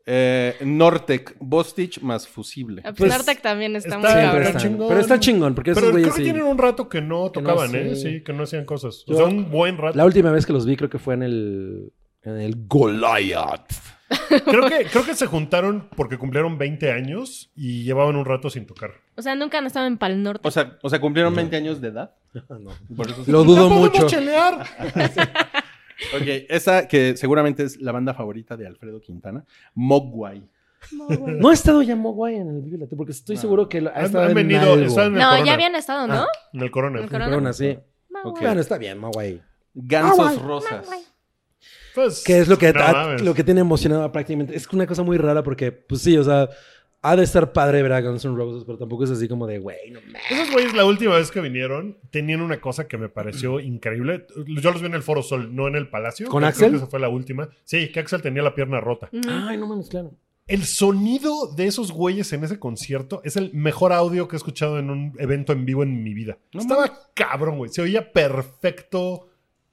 F: Eh, Nortec, Bostich más fusible.
G: Ah, pues
E: Pues,
G: Nortec también está,
B: está-
G: muy
B: Siempre
E: Siempre
G: cabrón.
E: están.
B: chingón.
E: Pero está chingón, porque esos
B: Pero creo
E: güeyes
B: que
E: sí.
B: tienen un rato que no
E: Que no
B: tocaban, ¿eh?
E: sé.
B: Sí, que no hacían cosas.
E: Yo-
B: o sea, un buen rato.
E: La última vez que los vi creo que fue en el. En el Goliath.
B: Creo, que, creo que se juntaron porque cumplieron 20 años y llevaban un rato sin tocar.
G: O sea, nunca han estado en Pal Norte.
F: O sea, o sea, cumplieron 20 años de edad.
E: no.
F: Por eso-
E: Lo dudo mucho.
F: Ok, esa que seguramente es la banda favorita de Alfredo Quintana, Mogwai.
E: No ha estado ya Mogwai en el Vive Latino, porque estoy
F: No.
E: seguro que lo- ha
B: Han,
E: estado
B: han
E: en
B: venido,
E: algo.
B: estaban en el
G: No,
B: corona. Ah,
G: ya habían estado, ¿no?
B: En el corona.
G: El
E: En
G: Corona.
E: Corona, sí.
F: Ok.
E: Bueno, está bien, Mogwai.
F: Gansos Rosas.
B: Pues,
E: Que es lo que,
B: no
E: a-
B: mames.
E: lo que tiene emocionada prácticamente. Es una cosa muy rara porque, pues sí, o sea, ha de estar padre ver a Guns N' Roses, pero tampoco es así como de, güey, no mames.
B: Esos güeyes, la última vez que vinieron, tenían una cosa que me pareció increíble. Yo los vi en el Foro Sol, no en el Palacio.
E: Mm. ¿Con
B: Creo
E: Axel?
B: que esa fue la última. Sí, que Axel tenía la pierna rota.
G: Ujú.
E: Ay, no mames, claro.
B: El sonido de esos güeyes en ese concierto es el mejor audio que he escuchado en un evento en vivo en mi vida.
F: No
B: Estaba cabrón, güey. Se oía perfecto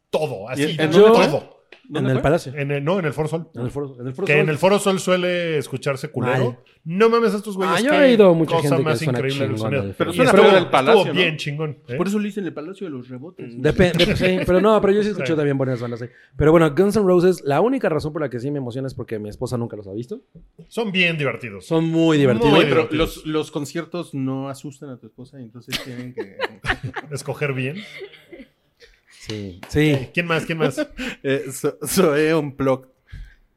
B: todo, así,
F: en
E: dónde fue?
B: todo.
E: En el palacio.
B: En el- no, en el Foro Sol.
E: En el foro. En el foro
B: Que
E: Sol.
B: en el Foro Sol suele escucharse culero.
E: Mal.
B: No mames a estos güeyes.
E: Ah, yo
B: qué
E: he oído a mucha
B: cosa
E: gente que
B: más
E: suena
B: increíble el
E: chingón
B: sonido.
E: al Foro
F: Pero
B: Y
F: suena
B: estuvo-
F: peor al Palacio,
B: Estuvo
F: ¿no?
B: bien chingón. ¿eh?
F: Por eso lo hice en el Palacio de los Rebotes.
E: Depende, sí, pero no, pero yo sí escuché
B: Sí.
E: también buenas bandas. sí. Pero bueno, Guns N' Roses, la única razón por la que sí me emociona es porque mi esposa nunca los ha visto.
B: Son bien divertidos.
E: Son muy divertidos.
B: Muy
F: Oye, pero
B: divertidos.
F: los, los conciertos no asustan a tu esposa y entonces tienen que...
B: Escoger bien.
E: Sí, sí.
B: ¿Quién más? ¿Quién más?
F: Eh, so- Zoe Unplugged.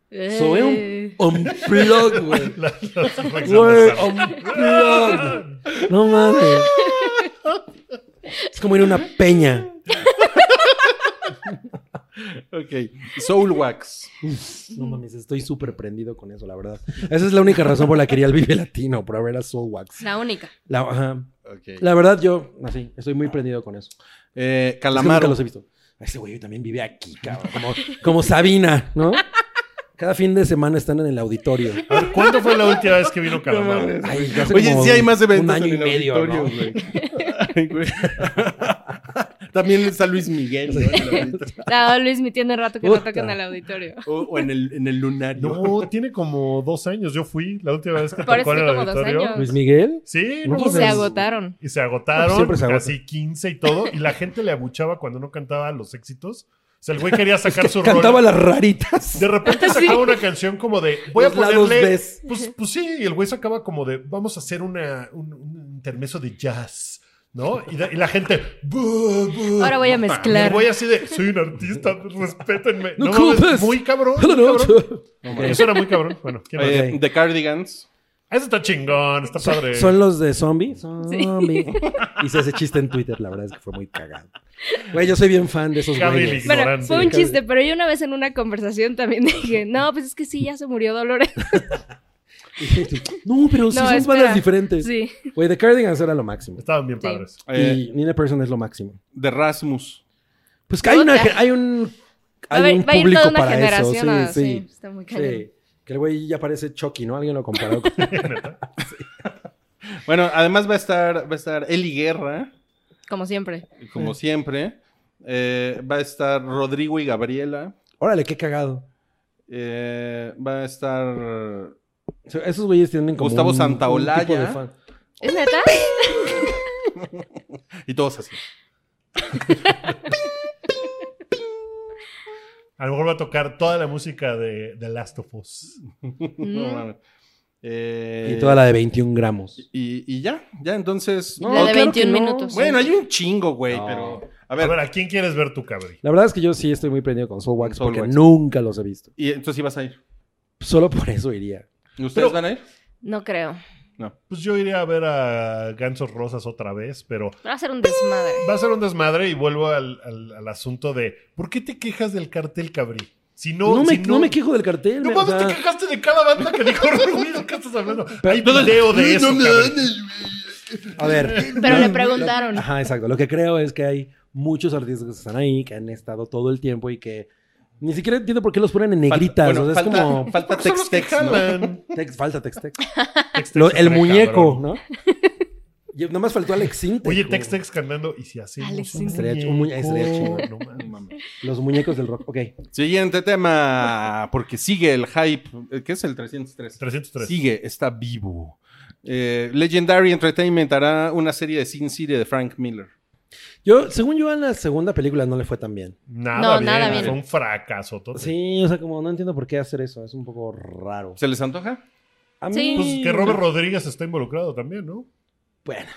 G: Eh.
E: Soy un unplug, güey.
B: La- las infecciones.
E: Güey, unplug. No mames. Es como ir a una peña.
F: Ok. Soulwax.
E: No mames, estoy súper prendido con eso, la verdad. Esa es la única razón por la que quería el Vive Latino, por ver a Soulwax.
G: La única.
E: La, ajá.
F: Ok.
E: la verdad, yo, así, estoy muy prendido con eso.
F: Eh,
E: Es que nunca
F: Calamaro.
E: los he visto. Ese güey también vive aquí, cabrón. Como, como Sabina, ¿no? Cada fin de semana están en el auditorio.
B: A ver, ¿Cuándo fue la última vez que vino Calamaro?
E: Ay, ya hace
F: Oye,
E: Este como
F: sí hay más eventos
E: Un año
F: en
E: y
F: el
E: medio, ¿no?
F: auditorio, güey. Ay, güey. También está Luis Miguel, ¿no? En el auditorio.
G: La Luis mi tiene rato que no
E: Puta.
G: tocan al auditorio.
F: O, o en, el, en el lunario.
B: No, tiene como dos años. Yo fui la última vez que
G: Por
B: tocó
G: eso
B: en el
G: tiene como dos
B: auditorio.
G: años.
E: Luis Miguel.
B: Sí,
E: No,
G: Y
B: mames.
E: pues,
G: se
E: es-
G: agotaron.
B: Y se agotaron,
E: Siempre se agota.
B: así 15 y todo. Y la gente le abuchaba cuando no cantaba los éxitos. O sea, el güey quería sacar su
E: Cantaba
B: rola.
E: las raritas.
B: De repente sacaba una canción como de voy a
E: Los lados
B: ponerle.
E: Bs.
B: Pues, pues sí, y el güey sacaba como de vamos a hacer una, un, un intermeso de jazz, ¿no? Y, da- y la gente. "Bu, bu".
G: Ahora voy a
B: Y
G: mezclar.
B: el güey así de soy un artista, respétenme.
E: No
B: No,
E: culpes.
B: mames, muy cabrón. muy cabrón. Eso era muy cabrón. Bueno, ¿quién más?
F: Eh, The Cardigans.
B: Eso está chingón, está padre.
E: Son los de zombie. Zombie. Hice ese chiste en Twitter, la verdad es que fue muy cagado. Güey, yo soy bien fan de esos
B: Gabriel
E: güeyes.
G: Bueno,
B: Ignorante.
G: fue un chiste, pero yo una vez en una conversación también dije, no, pues es que sí, ya se murió Dolores.
E: No, pero sí
G: No,
E: son
G: espera.
E: bandas diferentes.
G: Sí.
E: Güey, The Cardigans era lo máximo.
B: Estaban bien
G: Sí.
B: padres.
F: Eh,
E: Y Nina Person es lo máximo.
F: The Rasmus.
E: Pues que hay, una,
G: Puta.
E: hay un,
G: Va a
E: hay
G: ver-
E: un
G: va a ir
E: público
G: toda una
E: para eso. Sí,
G: generación. a-
E: sí.
G: sí, está muy cañón.
E: Sí. Que el güey ya parece Chucky, ¿no? Alguien lo comparó con...
F: Bueno, además va a estar, va a estar Eli Guerra,
G: Como siempre.
F: como siempre. Eh, va a estar Rodrigo y Gabriela.
E: Órale, qué cagado.
F: Eh, va a estar.
E: O sea, Esos güeyes tienen como
F: Gustavo
E: un- un
F: Santaolalla.
E: tipo de fan.
G: ¿Es neta?
F: Y todos así.
B: A lo mejor va a tocar toda la música de The Last of Us.
F: No
G: Mm.
F: mames. Eh,
E: Y toda la de 21 gramos.
F: y, y ya, ya, entonces. oh,
G: La de
F: claro que
G: 21 minutos.
F: Bueno, hay un chingo, güey,
E: No.
F: pero. A
B: A
F: ver,
B: ver, ¿a quién quieres ver tu cabri?
E: La verdad es que yo sí estoy muy prendido con Soul Wax
F: Soul
E: porque
F: Wax.
E: nunca los he visto.
F: y entonces ibas a ir.
E: Solo por eso iría.
F: ¿Ustedes
B: Pero-
F: van a ir?
G: No creo.
B: Pues yo iría a ver a Gansos Rosas otra vez, pero
G: Va a ser un desmadre.
B: va a ser un desmadre y vuelvo al, al- al asunto de ¿por qué te quejas del cartel cabri? Si no,
E: No, me,
B: si
E: no me quejo del cartel.
B: No
E: me-
B: mames,
E: o sea,
B: te quejaste de cada banda que dijo ruido. ¿Qué estás hablando? Hay
E: Pero-
B: video de eso, cabrón.
E: A ver.
G: Pero le
E: no-
G: preguntaron.
E: Ajá, exacto. Lo que creo es que hay muchos artistas que están ahí, que han estado todo el tiempo y que ni siquiera entiendo por qué los ponen en
F: Falta-
E: negritas.
F: bueno,
E: o sea, es
F: falta-
E: como Pues
F: Falta
B: Son los que
F: tex-tex, ¿no?
B: jalan.
E: tex- falta tex Tex.
B: Tex-Tex
E: Lo-
B: está
E: el
B: re
E: muñeco,
B: cabrón.
E: ¿no? Y nada más faltó Alex Sintek.
B: Oye,
E: güey.
B: Tex-Tex cantando. ¿Y si hacemos
G: Alex
B: un
E: Estaría
B: muñeco?
E: ch- un muñe- estaría chido.
B: No
F: No
B: mames.
F: mames.
E: Los muñecos del rock. Ok.
F: Siguiente tema, porque sigue el hype. eh, ¿Qué es el 303?
B: 303.
F: Sigue, está vivo. Eh, Legendary Entertainment hará una serie de Sin City de Frank Miller.
E: Yo, según yo, en la segunda película no le fue tan bien.
B: Nada,
G: No,
B: bien.
G: nada bien.
B: Fue un fracaso. todo.
E: Sí, o sea, como no entiendo por qué hacer eso. Es un poco raro.
F: ¿Se les antoja?
E: A mí,
G: Sí.
B: Pues que Robert Rodríguez está involucrado también, ¿no?
E: Bueno.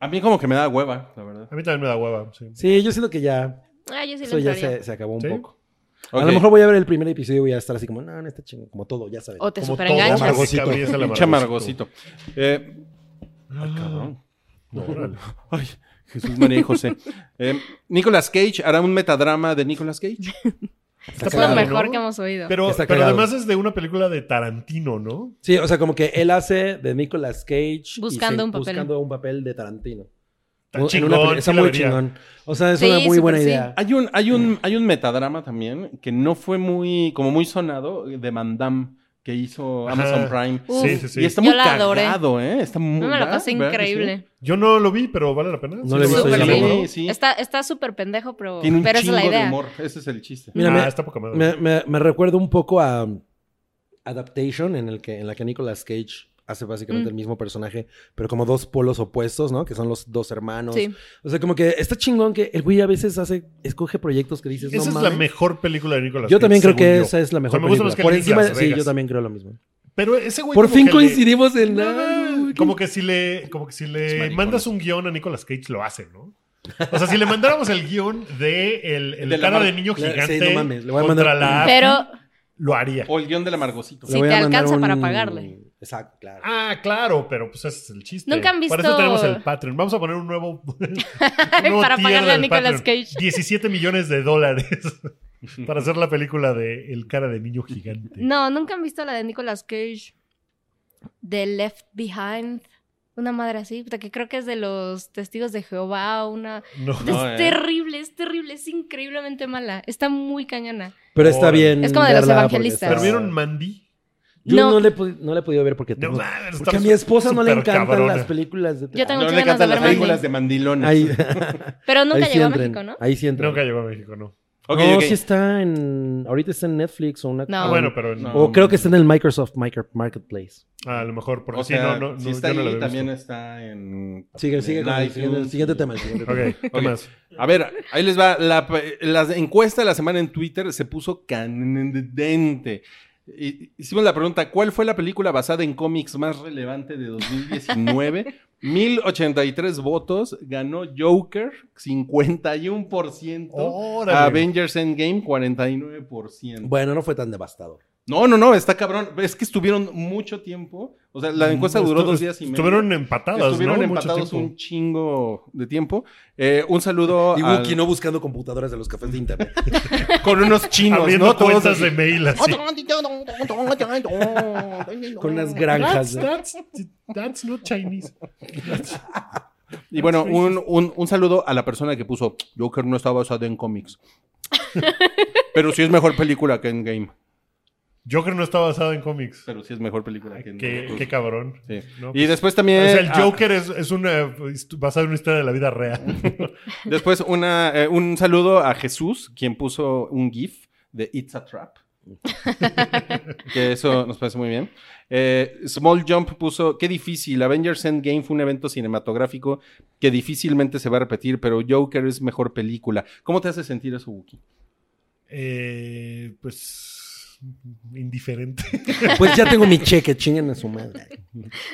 F: A mí como que me da hueva, la verdad.
B: A mí también me da hueva. Sí.
E: Sí, yo siento que ya.
G: Ah, yo sí lo
E: eso ya
G: entraría.
E: se, se acabó un
B: ¿Sí?
E: poco. A
F: Ok.
E: lo mejor voy a ver el primer episodio y voy a estar así como, no, no está chingo, como todo, ya sabes.
G: O te
B: Como todo
G: superenganchas.
B: Margot Cabri es el
F: Pinche amargosito. Eh,
B: Ah,
F: cabrón.
B: órale.
F: Ay, Jesús María y José. Eh, Nicolas Cage hará un metadrama de Nicolas Cage.
E: Está
G: Es
E: cagado.
G: lo
B: Claro,
G: mejor
B: ¿no?
G: que hemos oído.
B: Pero,
E: Está
B: pero
E: cagado. Oh,
B: además es de una película de Tarantino, ¿no?
E: Sí, o sea, como que él hace de Nicolas Cage y
G: Buscando
E: se-
G: un papel.
E: buscando un papel de Tarantino.
B: Está
E: En una
B: chingón,
E: peli- está
B: sí la
E: muy
B: vería.
E: chingón. O sea, es
G: Sí,
E: una muy
G: súper
E: buena
G: sí.
E: idea.
F: Hay un, hay un, hay un metadrama también que no fue muy, como muy sonado, de Van Damme que hizo
B: Ajá.
F: Amazon Prime.
G: Uf.
B: Sí, sí, sí.
F: Y está
G: Yo
F: muy
G: la adoré.
F: cagado, ¿eh? Está muy,
G: No me la
F: ¿verdad?
G: pasé
F: ¿Verdad que sí?
G: increíble.
B: Yo no lo vi, pero vale la pena.
E: No lo
B: lo
E: he visto,
B: veo?
G: yo
B: ¿Sí lo
G: tampoco.
B: veo?
F: Sí, sí.
G: Está está súper pendejo, pero,
F: Tiene un
G: pero esa
F: chingo
G: es la
F: de
G: idea.
F: humor. Ese es el chiste.
E: Mira,
B: ah,
E: me-
B: está poca madre.
E: me, me- me recuerda un poco a um, Adaptation, en, el que, en la que Nicolas Cage hace básicamente
G: Mm.
E: el mismo personaje, pero como dos polos opuestos, ¿no? Que son los dos hermanos.
G: Sí.
E: O sea, como que está chingón que el güey a veces hace, escoge proyectos que dices,
B: Esa
E: no
B: es
E: mames.
B: la mejor película de Nicolas
E: Yo
B: Cage,
E: también creo que
B: según yo.
E: esa es la mejor
B: O sea, me gustan
E: película.
B: los que
E: Por
B: eligen
E: encima,
B: Las
E: sí,
B: Vegas.
E: yo también creo lo mismo.
B: Pero ese güey
E: Por
B: como
E: fin
B: que le-
E: coincidimos en
B: No,
E: nada.
B: no, no, Como que si le, como que si
F: Es
B: le
F: maricón.
B: mandas un guión a Nicolas Cage, lo hace, ¿no? O sea, si le mandáramos el guión de el, el
F: De la
B: cara
F: mar-
B: de niño
E: la- sí,
B: gigante
E: no mames, le voy a
B: contra
E: mandar-
B: la AFI,
G: Pero
B: lo haría.
F: O el guión del amargosito.
G: Sí. Si te alcanza para pagarle.
E: Exacto, claro.
B: Ah, claro, pero pues ese es el chiste.
G: Nunca han
B: Para eso
G: visto-
B: tenemos el Patreon. Vamos a poner un nuevo, un nuevo
G: Para
B: tier
G: pagarle a
B: del
G: Nicolas
B: Patreon.
G: Cage.
B: 17 millones de dólares para hacer la película de El cara de niño
E: Este.
B: gigante.
G: no, nunca han visto la de Nicolas Cage. The Left Behind. Una madre así, puta, que creo que es de los testigos de Jehová, una...
B: No.
F: No,
G: es
F: eh.
G: terrible, es terrible, es increíblemente mala. Está muy cañona.
E: Pero está
B: Órale.
E: bien.
G: Es como de los
E: verla porque
G: evangelistas.
E: está-
B: Pero vieron Mandy.
E: Yo
G: No.
E: no, le, he podi- no le he podido ver porque
B: No
E: tengo-
B: mames,
E: porque a
B: está
E: mi esposa no le
B: súper
E: encantan
B: cabrona.
E: las películas de
G: Yo tengo
F: No
G: muchas
F: le
G: ganas de
F: encantan
G: ver
F: las
G: Mandy.
F: películas de mandilones.
E: Ahí,
G: Pero nunca
E: ahí sí
G: llegó a
E: entren,
G: México, ¿no?
E: Ahí sí entra.
B: Nunca llegó a México, no.
F: Ok,
E: no,
F: ok.
E: sí está en. Ahorita está en Netflix o una.
G: No.
B: Ah,
E: o-
B: bueno, pero ah,
F: No.
E: O creo que está en el Microsoft Micro- Marketplace.
B: a lo mejor, porque
F: O
B: sí,
F: sea,
B: no, no,
F: si
B: no,
F: está
B: yo no
F: ahí,
B: la había
F: también
B: visto.
F: está en...
E: Sigue, sigue
F: en
E: con el
F: iTunes.
E: siguiente, siguiente tema. el siguiente tema.
B: Ok, ¿qué
F: Ok.
B: más?
F: A ver, ahí les va. La, pe- la encuesta de la semana en Twitter se puso candente. Y- Hicimos la pregunta, ¿cuál fue la película basada en cómics más relevante de 2019? 1083 votos, ganó Joker 51%,
B: Órale.
F: Avengers Endgame 49%.
E: Bueno, no fue tan devastador.
F: No, no, no, está cabrón. Es que estuvieron mucho tiempo. O sea, la encuesta duró
B: Estu-
F: dos días y medio.
B: Estuvieron empatadas,
F: Estuvieron
B: ¿no? Mucho
F: empatados
B: tiempo.
F: un chingo de tiempo. Eh, un saludo
E: Y
F: al-
E: Wookie no buscando computadoras de los cafés de internet.
F: con unos chinos,
B: Abriendo
F: ¿no? Todos
B: cuentas
F: así.
B: de mail así.
E: con unas granjas. ¿no?
B: that's not Chinese.
F: Y bueno, un, un- un saludo a la persona que puso Joker no está basado en cómics. Pero sí es mejor película que Endgame.
B: Joker no está basado en cómics.
F: Pero sí es mejor película que
B: Qué,
F: Endgame.
B: qué cabrón.
F: Sí.
B: No,
F: Y
B: pues,
F: después también...
B: o sea, el
F: ah,
B: Joker es, es una histo- basada en una historia de la vida real.
F: después una, eh, un saludo a Jesús, quien puso un GIF de It's a Trap. que eso nos parece muy bien. Eh, Small Jump puso, qué difícil, Avengers Endgame fue un evento cinematográfico que difícilmente se va a repetir, pero Joker es mejor película. ¿Cómo te hace sentir eso, Wookie?
B: eh, pues indiferente.
E: Pues ya tengo mi cheque, chinguen a su madre.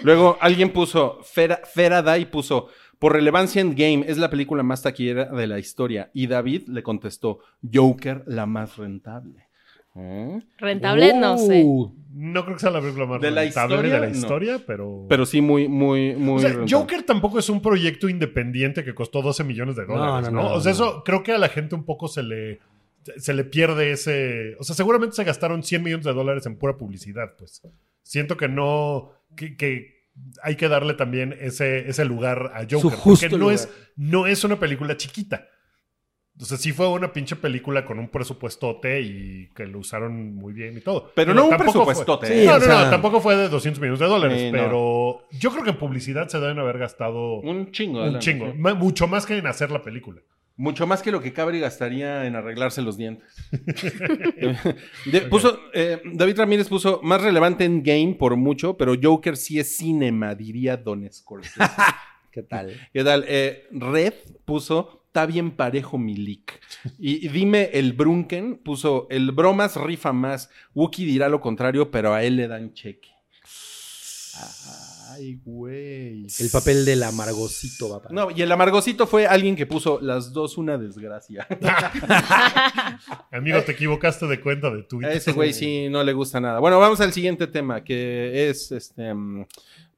F: Luego alguien puso, Fera, Feraday puso, por relevancia Endgame es la película más taquillera de la historia. Y David le contestó, Joker la más rentable. ¿Eh?
G: Rentable, no sé.
E: Uh,
B: No creo que sea la película más
F: ¿De la
B: rentable
F: historia?
B: de la
F: No.
B: historia, pero...
F: Pero sí, muy, muy, muy.
B: O sea,
F: rentable.
B: Joker tampoco es un proyecto independiente que costó 12 millones de dólares,
E: no,
B: ¿no?
E: no,
B: o sea,
E: no.
B: eso creo que a la gente un poco se le, se le pierde ese... O sea, seguramente se gastaron 100 millones de dólares en pura publicidad, pues. Siento que no... Que, que hay que darle también ese, ese lugar a Joker.
E: Su justo
B: porque no
E: lugar.
B: es, no es una película chiquita. O sea, sí fue una pinche película con un presupuestote y que lo usaron muy bien y todo.
F: Pero
B: Digo,
F: no un
B: tampoco fue-
F: presupuestote.
E: Sí,
F: ¿eh?
B: no,
E: o
B: no,
E: sea-
B: no, tampoco fue de 200 millones de dólares,
F: Sí, no.
B: pero yo creo que en publicidad se deben haber gastado un,
F: Un chingo. de lana,
B: chingo,
F: sí.
B: ma- mucho más que en hacer la película.
F: Mucho más que lo que Cabri gastaría en arreglarse los dientes. De- puso, eh, David Ramírez puso más relevante en Game por mucho, pero Joker sí es cinema, diría Don Scorsese.
E: ¿Qué tal?
F: ¿Qué tal? Eh, Red puso, está bien parejo mi leak. Y, y dime, el Brunken puso, el bromas rifa más. Wookie dirá lo contrario, pero a él le dan cheque. Ah. Ay, güey.
E: El papel del amargosito, papá.
F: No, y el amargosito fue alguien que puso las dos una desgracia.
B: Amigo, te equivocaste de cuenta de
F: A
B: Twitter.
F: ese güey sí no le gusta nada. Bueno, vamos al siguiente tema, que es este. mm,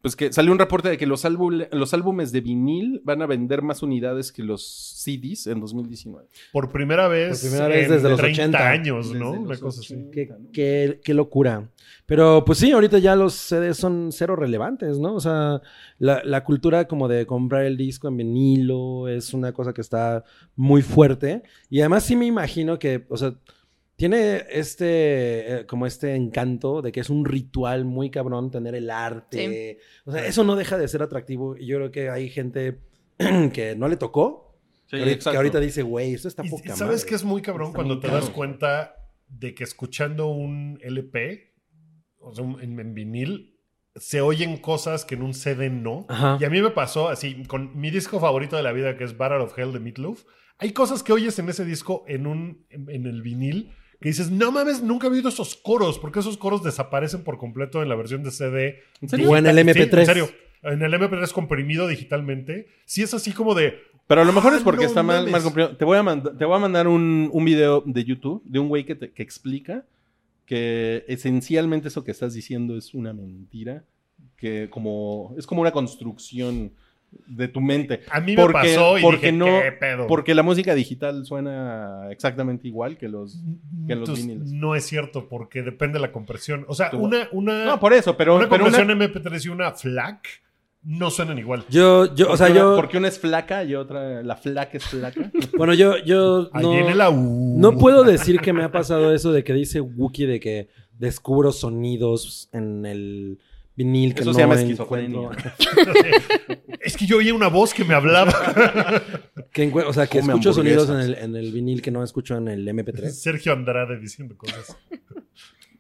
F: Pues que salió un reporte de que los, álbum- los álbumes de vinil van a vender más unidades que los CDs en 2019.
B: Por primera vez,
E: Por primera vez
B: en
E: desde los
B: 30
E: 80.
B: años,
F: Desde
B: ¿no?
F: los
B: Una cosa así.
E: Qué, qué- qué locura. Pero pues sí, ahorita ya los CDs son cero relevantes, ¿no? O sea, la, la cultura como de comprar el disco en vinilo es una cosa que está muy fuerte. Y además sí me imagino que, o sea, tiene este, eh, como este encanto de que es un ritual muy cabrón tener el arte. O sea, eso no deja de ser atractivo. Y yo creo que hay gente que no le tocó. que ahorita- que ahorita dice, güey, esto está
B: Y-
E: poca
B: y sabes
E: madre".
B: que es muy cabrón
E: Está
B: cuando
E: muy
B: te
E: cabrón.
B: das cuenta de que escuchando un LP, o sea, un- en, en vinil, se oyen cosas que en un CD no.
E: Ajá.
B: Y a mí me pasó así, con mi disco favorito de la vida, que es Battle of Hell de Meatloaf, hay cosas que oyes en ese disco, en, un, en, en el vinil, que dices, no mames, nunca he oído esos coros, porque esos coros desaparecen por completo en la versión de CD.
E: O en el
B: Sí,
E: MP3.
B: en serio. En el MP3 comprimido digitalmente. Sí es así como de,
F: Pero a lo mejor
B: Ah,
F: es porque
B: no
F: está mal,
B: mames.
F: mal comprimido. Te voy a, mand- te voy a mandar un, un video de YouTube de un güey que, te- que explica que esencialmente eso que estás diciendo es una mentira, que como es como una construcción de tu mente.
B: a mí me pasó y dije, "¿Qué pedo?".
F: Porque la música digital suena exactamente igual que los... que los
B: Mm, Entonces,
F: viniles.
B: no es cierto, porque depende de la compresión. O sea,
F: Tú-
B: una, una,
F: No, por eso, pero,
B: Ah. una
F: pero una-
B: compresión MP3 y una FLAC no suenan igual.
E: Yo, yo, o sea,
F: porque una-
E: yo...
F: Porque una es flaca y otra... La flaca es flaca.
E: Bueno, yo, yo
B: Ahí
E: no,
B: viene la U.
E: no puedo decir que me ha pasado eso de que dice Wookie de que descubro sonidos en el vinil que
F: Eso
E: no
F: se llama
E: encuentro.
B: Es que yo oía una voz que me hablaba.
E: Que encue- o sea, que
F: Come
E: escucho sonidos en el,
F: hamburguesas.
E: en el vinil que no escucho en el MP3.
B: Sergio Andrade diciendo cosas.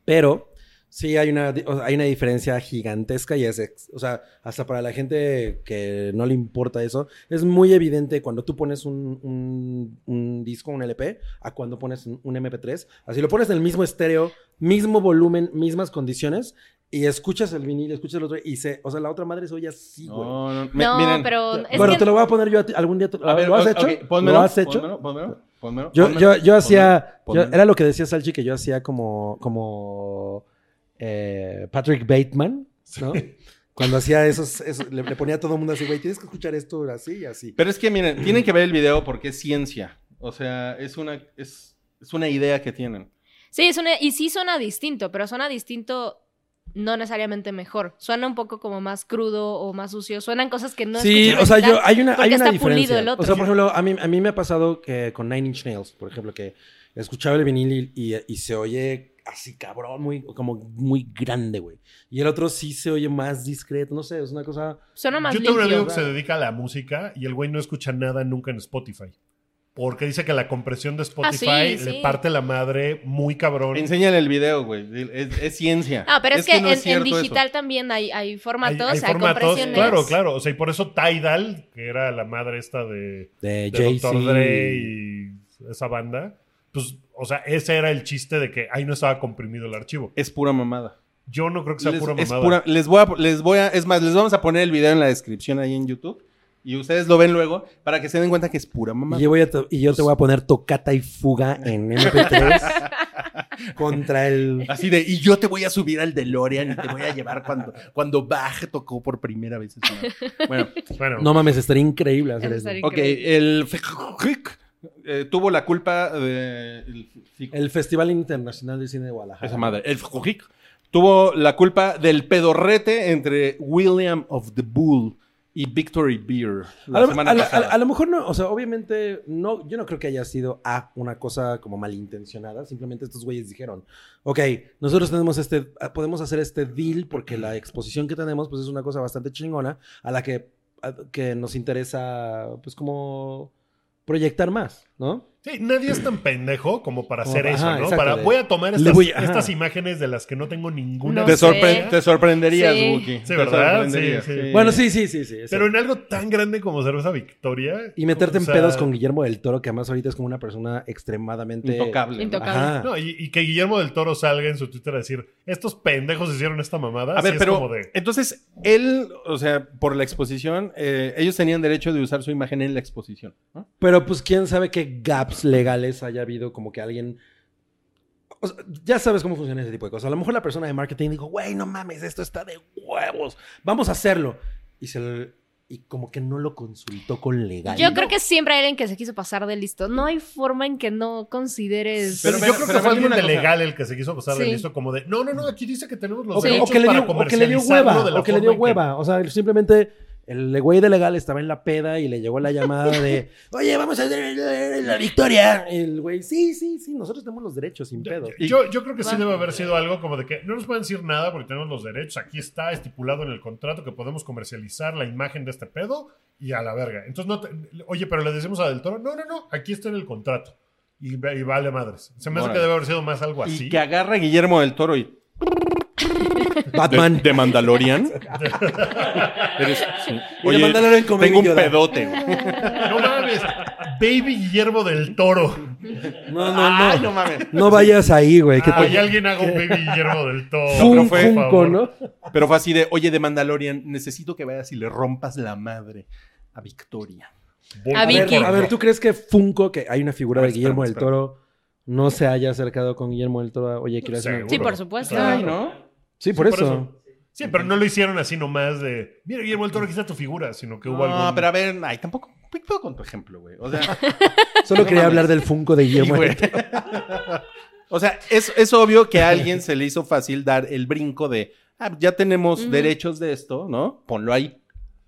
E: Pero sí hay una, di- o sea, hay una diferencia gigantesca y es, ex- o sea, hasta para la gente que no le importa eso, es muy evidente cuando tú pones un, un- un disco, un LP, a cuando pones un un MP3. Así lo pones en el mismo estéreo, mismo volumen, mismas condiciones. Y escuchas el vinil, escuchas el otro y se... O sea, la otra madre se oye así, güey.
F: No, no, mi-
G: No,
F: miren.
G: pero es
E: bueno,
G: que
E: te lo voy a poner yo a ti algún día. tú-
F: A ver,
E: ¿Lo has
F: o-
E: hecho?
F: ok, pónmelo,
E: ¿Lo has hecho?
F: pónmelo, pónmelo, pónmelo,
E: Yo,
F: pónmelo,
E: yo, yo
F: pónmelo,
E: hacía. yo-
F: pónmelo.
E: era lo que decía Salchi que yo hacía como. como eh, Patrick Bateman, ¿no? Cuando hacía esos. esos- le, le ponía a todo el mundo así, güey, tienes que escuchar esto así y así.
F: Pero es que miren, tienen que ver el video porque es ciencia. O sea, es una, es, es una idea que tienen.
G: Sí, es una- y sí suena distinto, pero suena distinto no necesariamente mejor. Suena un poco como más crudo o más sucio. Suenan cosas que no
E: sí,
G: escuchas
E: o sea,
G: ahorita.
E: yo, hay una, hay
G: porque
E: una
G: está
E: diferencia.
G: pulido el otro.
E: O sea, por ejemplo, a mí, a mí me ha pasado que con Nine Inch Nails, por ejemplo, que escuchaba el vinil y, y- y se oye así cabrón, muy, como muy grande, güey. Y el otro sí se oye más discreto, no sé, es una cosa...
G: Suena más
B: Yo tengo un
G: limpio.
B: amigo que se dedica a la música y el güey no escucha nada nunca en Spotify. Porque dice que la compresión de Spotify
G: Ah, sí,
B: le
G: sí.
B: parte la madre muy cabrón.
F: Enséñale el video, güey. Es, es ciencia.
G: Ah, pero es, que,
F: no
G: en-
F: es
G: en,
F: cierto eso.
G: digital también hay, hay
B: Hay-
G: formatos, hay,
B: hay formatos,
G: compresiones.
B: claro, claro. O sea, y por eso Tidal, que era la madre esta de, de
E: De, Jay-Z.
B: Dr. Dre y esa banda, pues O sea, ese era el chiste de que ahí no estaba comprimido el archivo.
F: Es pura mamada.
B: Yo no creo que sea
F: Les-
B: pura
F: es
B: mamada.
F: pura- les voy a, les voy a, es más, les vamos a poner el video en la descripción ahí en YouTube y ustedes lo ven luego para que se den cuenta que es pura
E: Y
F: mamada.
E: yo, voy a to- y yo te voy a poner tocata y fuga en MP3 contra el.
F: Así de, y yo te voy a subir al DeLorean y te voy a llevar cuando, cuando Bach tocó por primera vez. Bueno,
B: Bueno,
E: No mames, estaría increíble hacer eso.
G: Eso estaría
F: ok, el eh, tuvo la culpa de el-
E: El Festival Internacional de Cine de Guadalajara.
F: esa madre, el tuvo la culpa del pedorrete entre William of the Bull y Victory Beer la
E: a, lo,
F: semana
E: a lo-
F: pasada.
E: a- a lo mejor no, o sea, obviamente no, yo no creo que haya sido a una cosa como malintencionada, simplemente estos güeyes dijeron, ok, nosotros tenemos este, ah, podemos hacer este deal porque la exposición que tenemos pues es una cosa bastante chingona a la que, a- que nos interesa pues como proyectar más, ¿no?
B: sí, nadie es tan pendejo como para
E: Como-
B: hacer eso,
E: ajá,
B: ¿no?
E: exacto,
B: Para,
E: de-
B: voy a tomar
E: Le
B: estas,
E: voy a- ajá.
B: estas imágenes de las que no tengo ninguna.
G: No
F: Te,
G: sé.
F: sorpre- te sorprenderías,
G: Sí.
F: Wookie.
B: Sí,
F: Te
B: ¿verdad?
F: sorprenderías,
B: Sí, sí.
E: Bueno, sí, sí, sí, sí.
B: Pero
E: es cierto.
B: en algo tan grande como Cerveza Victoria.
E: y meterte
B: o sea,
E: en pedos con Guillermo del Toro, que además ahorita es como una persona extremadamente...
F: Intocable. ¿no?
G: Intocable.
E: Ajá.
B: No, y, y que Guillermo del Toro salga en su Twitter a decir, estos pendejos hicieron esta mamada.
F: A
B: sí
F: ver,
B: es
F: pero
B: como de-
F: entonces él, o sea, por la exposición, eh, ellos tenían derecho de usar su imagen en la exposición. ¿no?
E: Pero pues quién sabe qué gaps legales haya habido, como que alguien... O sea, ya sabes cómo funciona ese tipo de cosas. A lo mejor la persona de marketing dijo, güey, no mames, esto está de huevos, vamos a hacerlo. Y, se le- y como que no lo consultó con legal.
G: Yo creo que siempre hay alguien que se quiso pasar de listo. No hay forma en que no consideres.
B: Pero,
F: Pero
B: yo
F: me-
B: creo
F: pero
B: que fue alguien
F: dime una
B: de
F: cosa.
B: legal el que se quiso pasar de
G: Sí.
B: listo, como de, no, no, no, aquí dice que tenemos los
E: o, que- o
B: derechos
E: que le
B: para
E: dio, o que le dio
B: comercializarlo
E: hueva,
B: de la
E: o que le
B: forma
E: dio
B: en
E: hueva. O sea, simplemente el güey de legal estaba en la peda y le llegó la llamada de, oye, vamos a hacer la victoria. El güey, sí, sí, sí, nosotros tenemos los derechos, sin pedo.
B: Yo, yo creo que sí
G: Va.
B: debe haber sido algo como de que no nos pueden decir nada porque tenemos los derechos. Aquí está estipulado en el contrato que podemos comercializar la imagen de este pedo y a la verga. Entonces, no te- oye, pero le decimos a Del Toro, no, no, no, aquí está en el contrato. Y, ve- y vale madres. Se me hace que
F: Órale.
B: debe haber sido más algo
F: Y
B: así.
F: que agarra a Guillermo del Toro y...
E: Batman.
F: ¿De, de Mandalorian? Eres- sí.
E: Y de Mandalorian con
F: tengo un
E: Baby Yoda.
F: pedote. güey.
B: No mames, Baby Guillermo del Toro.
E: No, no, no.
F: Ay, no mames.
E: No vayas ahí, güey. que te-
B: Oye, alguien haga un Baby Guillermo del Toro.
E: Fun-
F: pero pues, fue-
E: Funko,
B: por favor.
E: ¿no?
F: Pero fue así de, oye, de Mandalorian, necesito que vayas y le rompas la madre a Victoria.
B: Voy
G: A
E: A
B: por
G: Vicky.
E: ver,
B: favor.
E: a ver, ¿tú crees que Funko, que hay una figura
F: A ver,
E: de Guillermo del
F: espera,
E: Toro, no se haya acercado con Guillermo del Toro? Oye, quiero hacer. una-
G: Sí,
B: seguro.
G: por supuesto.
B: Ay,
F: ¿no?
E: Sí, por
B: Sí, por
E: eso.
B: Sí, pero no lo hicieron así nomás de, mira, Guillermo del Toro, aquí está tu figura, sino que hubo algo.
F: No, pero a ver, ay, tampoco, puedo con tu ejemplo, güey. O sea...
E: Solo
F: No
E: quería
F: mames.
E: hablar del Funko de Guillermo
F: Sí,
E: del Toro.
F: güey. o sea, es, es obvio que a alguien se le hizo fácil dar el brinco de, ah, ya tenemos
G: Ujú.
F: derechos de esto, ¿no? Ponlo ahí.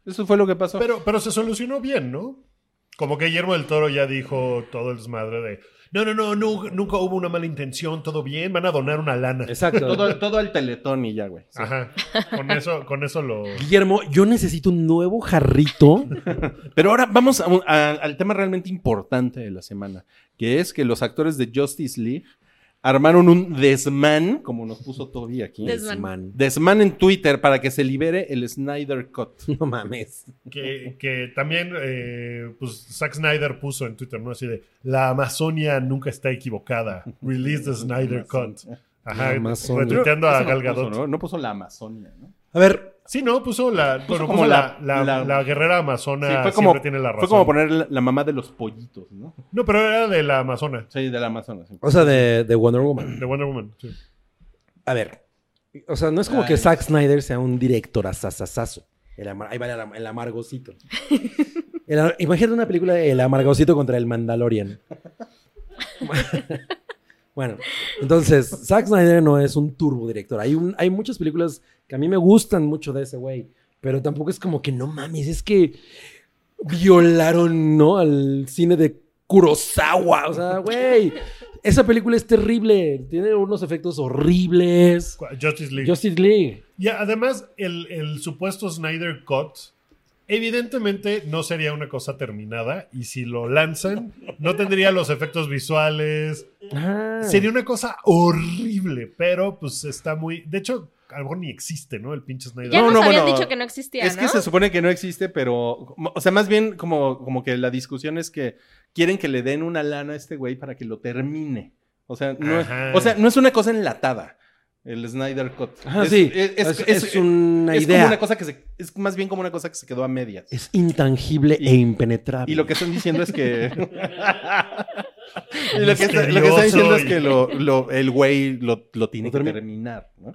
F: Eso fue lo que pasó.
B: Pero, pero se solucionó bien, ¿no? Como que Guillermo del Toro ya dijo todo el desmadre de, no, no, no, nu- nunca hubo una mala intención, todo bien, van a donar una lana.
E: Exacto.
F: todo, todo el teletón y ya, güey. Sí.
B: Ajá. Con eso, con eso lo.
E: Guillermo, yo necesito un nuevo jarrito.
F: Pero ahora vamos a un- a- al tema realmente importante de la semana, que es que los actores de Justice League armaron un desmán, como nos puso Toby aquí.
G: Des- Desmán.
E: Man.
F: Desmán en Twitter para que se libere el Snyder Cut.
E: No mames.
B: Que, que también, eh, pues, Zack Snyder puso en Twitter, ¿no? Así de, la Amazonia nunca está equivocada. Release the Snyder Cut. Ajá.
E: La Amazonia.
B: Retuiteando
F: Eso
B: a
F: no
B: Gal
F: puso,
B: Gadot.
F: ¿no? no puso la Amazonia, ¿no?
E: A ver,
B: Sí, no, puso la. bueno,
F: como
B: puso la,
F: la-
B: la,
F: la-
B: la guerrera amazona.
F: Sí, fue
B: siempre
F: como,
B: tiene la razón.
F: fue como poner la, la mamá de los pollitos, ¿no?
B: No, pero era de la amazona,
F: Sí, de la Amazonas. sí.
E: o sea, de, de Wonder Woman.
B: de Wonder Woman. sí.
E: A ver, o sea, no es como
F: Ay.
E: que Zack Snyder sea un director asasasazo. El amar- ahí va el, am- el amargosito. El am- imagínate una película de El amargosito contra el Mandalorian. bueno, entonces, Zack Snyder no es un turbo director. Hay, un- hay muchas películas que a mí me gustan mucho de ese güey, pero tampoco es como que no mames, es que violaron, ¿no? Al cine de Kurosawa. O sea, güey, esa película es terrible. Tiene unos efectos horribles.
B: Cu- Justice League.
E: Justice League.
B: Y además, el, el supuesto Snyder Cut, evidentemente no sería una cosa terminada. Y si lo lanzan, no tendría los efectos visuales.
E: Ah.
B: Sería una cosa horrible, pero pues está muy. De hecho, a lo mejor ni existe, ¿no? El pinche Snyder
G: Ya
F: No,
G: nos
F: no,
G: habían
F: bueno,
G: dicho que no existía,
F: Es que
G: ¿no?
F: se supone que no existe, pero. como- O sea, más bien como, como que la discusión es que quieren que le den una lana a este güey para que lo termine. O sea, no es,
B: Ajá.
F: o sea, no es una cosa enlatada. El Snyder Cut.
E: Ajá,
F: es,
E: sí.
F: Es, es-
E: Es- es una
F: es
E: idea.
F: Como una cosa que se, es más bien como una cosa que se quedó a medias.
E: Es intangible
F: Y-
E: e impenetrable.
F: Y lo que están diciendo es que. y lo que, está- lo que están diciendo es que lo- lo- el güey lo, lo tiene
E: Lo
F: que
E: termina.
F: terminar, ¿no?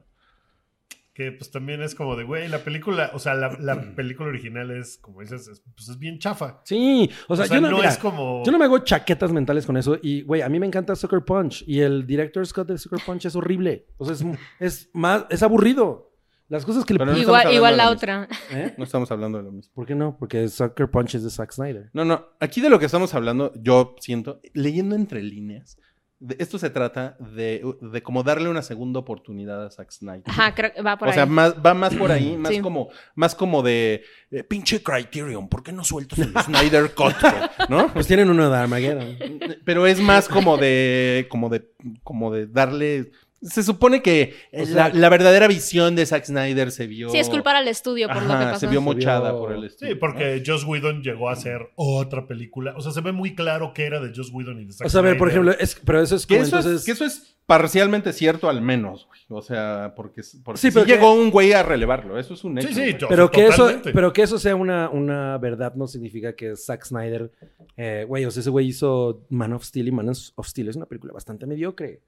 B: Que pues también es como de, güey, la película, o sea, la, la película original es, como dices, es- pues es bien chafa.
E: Sí, o
B: O sea,
E: sea, yo no,
B: no
E: mira,
B: es como...
E: Yo no me hago chaquetas mentales con eso. Y, güey, a mí me encanta Sucker Punch. Y el director Scott de Sucker Punch es horrible. O sea, es, es más, es aburrido. Las cosas que le
F: Pero no
E: ponen-
F: estamos
G: Igual, igual
F: hablando
G: la
F: de
G: otra.
E: ¿Eh?
F: No estamos hablando de lo mismo.
E: ¿Por qué no? Porque Sucker Punch es de Zack Snyder.
F: No, no. Aquí de lo que estamos hablando, yo siento, leyendo entre líneas, de- esto se trata de, de como darle una segunda oportunidad a Zack Snyder.
G: Ajá, creo que va Ah, por
F: o sea,
G: ahí.
F: más, va más por ahí, más
G: Sí.
F: como, más como de eh, pinche Criterion, ¿por qué no sueltas el Snyder Cut? güey?", ¿No?
E: Pues tienen uno de Armageddon.
F: Pero es más como de. como de. como de darle. Se supone que
E: O
F: la,
E: sea-
F: la verdadera visión de Zack Snyder se vio.
G: Sí, es culpar al estudio por lo
F: Ajá,
G: que pasó.
F: Se vio
E: Se
F: mochada
E: vio-
F: por el estudio.
B: Sí, porque Joss Whedon llegó a hacer otra película. O sea, se ve muy claro que era de Joss Whedon y de Zack
E: O sea, a ver, por
B: Snyder.
E: ejemplo, es, pero eso es
F: Que
E: como
F: eso,
E: entonces.
F: es, que eso es parcialmente cierto, al menos, güey. O sea, porque, porque
E: Sí,
F: sí,
E: pero que-
F: llegó un güey a relevarlo. Eso es un hecho.
B: Sí, sí,
F: güey.
B: yo-
E: pero, que eso,
B: totalmente.
E: pero que eso sea una, una verdad no significa que Zack Snyder, eh, güey, o sea, ese güey hizo Man of Steel y Man of Steel es una película bastante mediocre.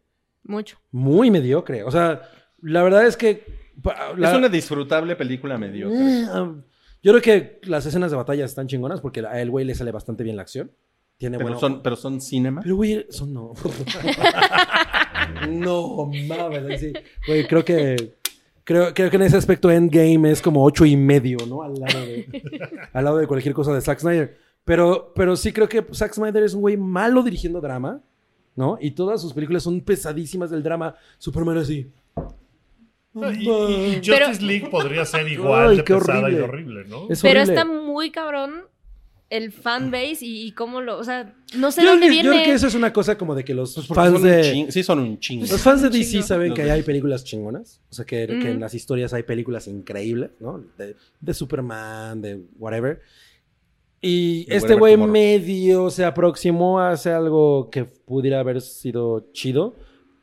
G: Mucho.
E: Muy mediocre. O sea, la verdad es que... pa- la-
F: Es una disfrutable película mediocre.
E: Eh, um, yo creo que las escenas de batalla están chingonas porque a el güey le sale bastante bien la acción. Tiene
F: Pero
E: buena-
F: son, pero son cinema.
E: Pero güey, son no. no mames, sí. Güey, creo que creo, creo que en ese aspecto Endgame es como ocho y medio, ¿no? Al lado de al lado de cualquier cosa de Zack Snyder. Pero pero sí creo que Zack Snyder es un güey malo dirigiendo drama, ¿no? Y todas sus películas son pesadísimas del drama. Superman así.
B: No, y, y Justice
G: Pero-
B: League podría ser igual
E: Ay,
B: de
E: qué
B: pesada y
E: horrible.
B: horrible, ¿no?
E: Es
G: Pero
E: horrible.
G: está muy cabrón el fanbase y, y cómo lo. O sea, no sé
E: yo,
G: dónde
E: yo- yo
G: viene.
E: creo que eso es una cosa como de que los
F: Pues Porque
E: fans
F: son un
E: de
F: ching- sí, son un chingo.
E: los fans de
G: Un
E: DC
G: chingo.
E: saben
F: Los
E: que
F: de-
E: hay películas chingonas, o sea que, que
G: Ujú.
E: en las historias hay películas increíbles, ¿no? De, de Superman, de whatever. Y
F: De
E: este
F: whatever
E: güey
F: tomorrow.
E: medio se aproximó a hacer algo que pudiera haber sido chido,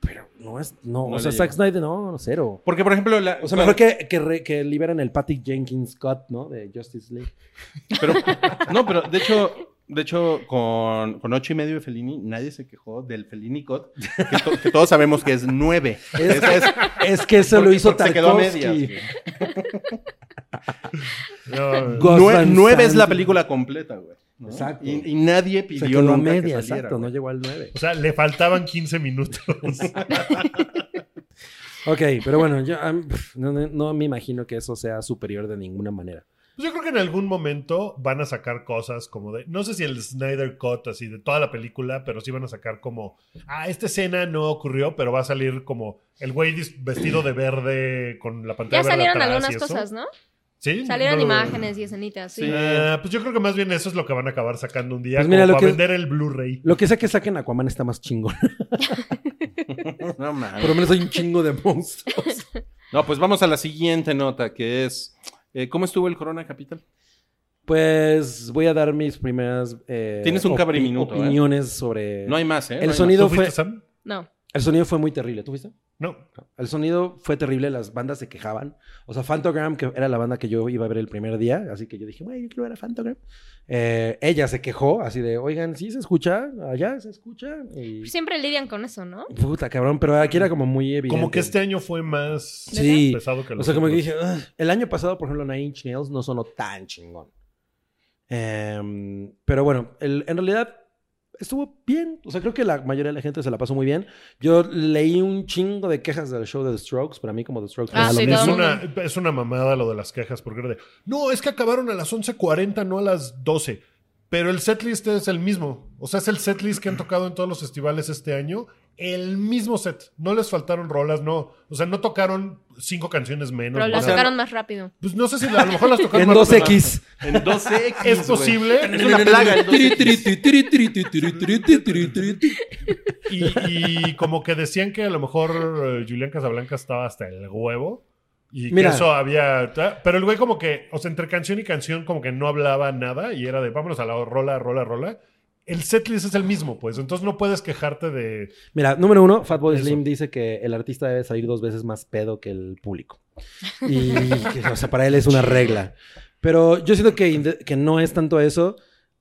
E: pero no es no,
F: No
E: o sea,
F: le Pues,
E: Zack
F: llegó.
E: Snyder no, no, cero.
F: Porque, por ejemplo, la-
E: O sea, mejor que, que, re- que liberen el Patty Jenkins Cut, ¿no? De Justice League.
F: Pero, no, pero de hecho, de hecho, con, con ocho y medio de Fellini, nadie se quejó del Fellini Cut, que, to- que todos sabemos que es nueve.
E: Es,
F: Esa es-
E: es que eso lo
F: porque-
E: hizo
F: porque se quedó a medias,
E: Tarkovsky.
F: güey.
B: No,
E: Ghost
F: Nue-
E: Van
F: nueve es la
E: Sant.
F: película completa, güey. ¿no?
E: Exacto.
F: Y, y nadie
E: Se
F: pidió
E: quedó a
F: nunca que
E: media,
F: saliera,
E: exacto, no
F: güey.
E: llegó al 9.
B: O sea, le faltaban 15 minutos.
E: Ok, pero bueno, yo am, pf, no, no- no me imagino que eso sea superior de ninguna manera.
B: Pues Yo creo que en algún momento van a sacar cosas como de, no sé si el Snyder Cut, así de toda la película, pero sí van a sacar como, ah, esta escena no ocurrió, pero va a salir como el güey dis- vestido de verde con la pantalla
G: Ya
B: verde
G: salieron
B: atrás y
G: algunas
B: eso.
G: cosas, ¿no?
B: Sí,
G: Salieron
B: no lo-
G: imágenes y escenitas, sí.
B: Ah, pues yo creo que más bien eso es lo que van a acabar sacando un día
E: Pues mira,
B: como
E: lo
B: para
E: que-
B: vender el Blu-ray.
E: Lo que sea que saquen Aquaman está más chingón.
F: No, mames.
E: Por lo menos hay un chingo de monstruos.
F: No, pues vamos a la siguiente nota, que es... eh, ¿Cómo estuvo el Corona Capital?
E: Pues voy a dar mis primeras eh,
F: Tienes un cabri
E: opi-
F: minuto, ¿eh?
E: opiniones sobre.
F: No hay más, ¿eh? No hay
E: el
F: más.
E: sonido
B: ¿Tú fuiste,
E: fue
B: Sam?
G: No.
E: el sonido fue muy terrible. ¿Tú fuiste?
B: No.
E: El sonido fue terrible. Las bandas se quejaban. O sea, Fantogram que era la banda que yo iba a ver el primer día, así que yo dije, güey, yo quiero ver a Fantogram. Eh, ella se quejó así de, oigan, sí se escucha, allá se escucha. Y...
G: Siempre lidian con eso, ¿no?
E: Puta, cabrón, pero aquí era como muy evidente.
B: Como que este año fue más
E: Sí.
B: pesado que
E: O
B: los
E: sea, como que
B: otros.
E: dije, "Ugh". el año pasado, por ejemplo, Nine Inch Nails no sonó tan chingón. Em, pero bueno, el- en realidad estuvo bien. O sea, creo que la mayoría de la gente se la pasó muy bien. Yo leí un chingo de quejas del show de The Strokes. Para mí, como The Strokes, no
G: Ah,
E: era lo
G: sí,
E: mismo.
B: es,
G: todo
B: una, es una mamada lo de las quejas, porque era de, no, es que acabaron a las 11.40, no a las 12. Pero el setlist es el mismo. O sea, es el setlist que han tocado en todos los festivales este año. El mismo set. No les faltaron rolas, no. O sea, no tocaron cinco canciones menos.
G: Pero
B: ni
G: la
B: nada.
G: tocaron más rápido.
B: Pues no sé si la- a lo mejor las tocaron
E: En
B: más
E: 2X.
F: En 12X,
B: Es
F: güey.
B: posible.
F: Es una plaga el 12X.
B: Y, y como que decían que a lo mejor eh, Julián Casablanca estaba hasta el huevo. Y
E: Mira.
B: que eso había. ta- Pero el güey, como que, o sea, entre canción y canción, como que no hablaba nada. Y era de vámonos a la rola, rola, rola. el setlist es el mismo, pues. Entonces no puedes quejarte de.
E: Mira, número uno, Fatboy
B: Eso.
E: Slim dice que el artista debe salir dos veces más pedo que el público. Y, que, o sea, para él es una regla. Pero yo siento que, inde- que no es tanto eso.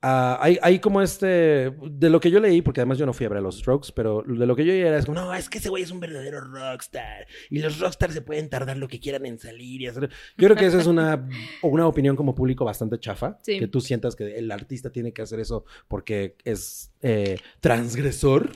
E: Ah, hay, hay como este, de lo que yo leí, porque además yo no fui a ver a los Strokes, pero de lo que yo leí era es como, no, es que ese güey es un verdadero rockstar y los rockstars se pueden tardar lo que quieran en salir y hacer. Yo creo que esa es una, una opinión como público bastante chafa,
G: Sí.
E: que tú sientas que el artista tiene que hacer eso porque es eh, transgresor.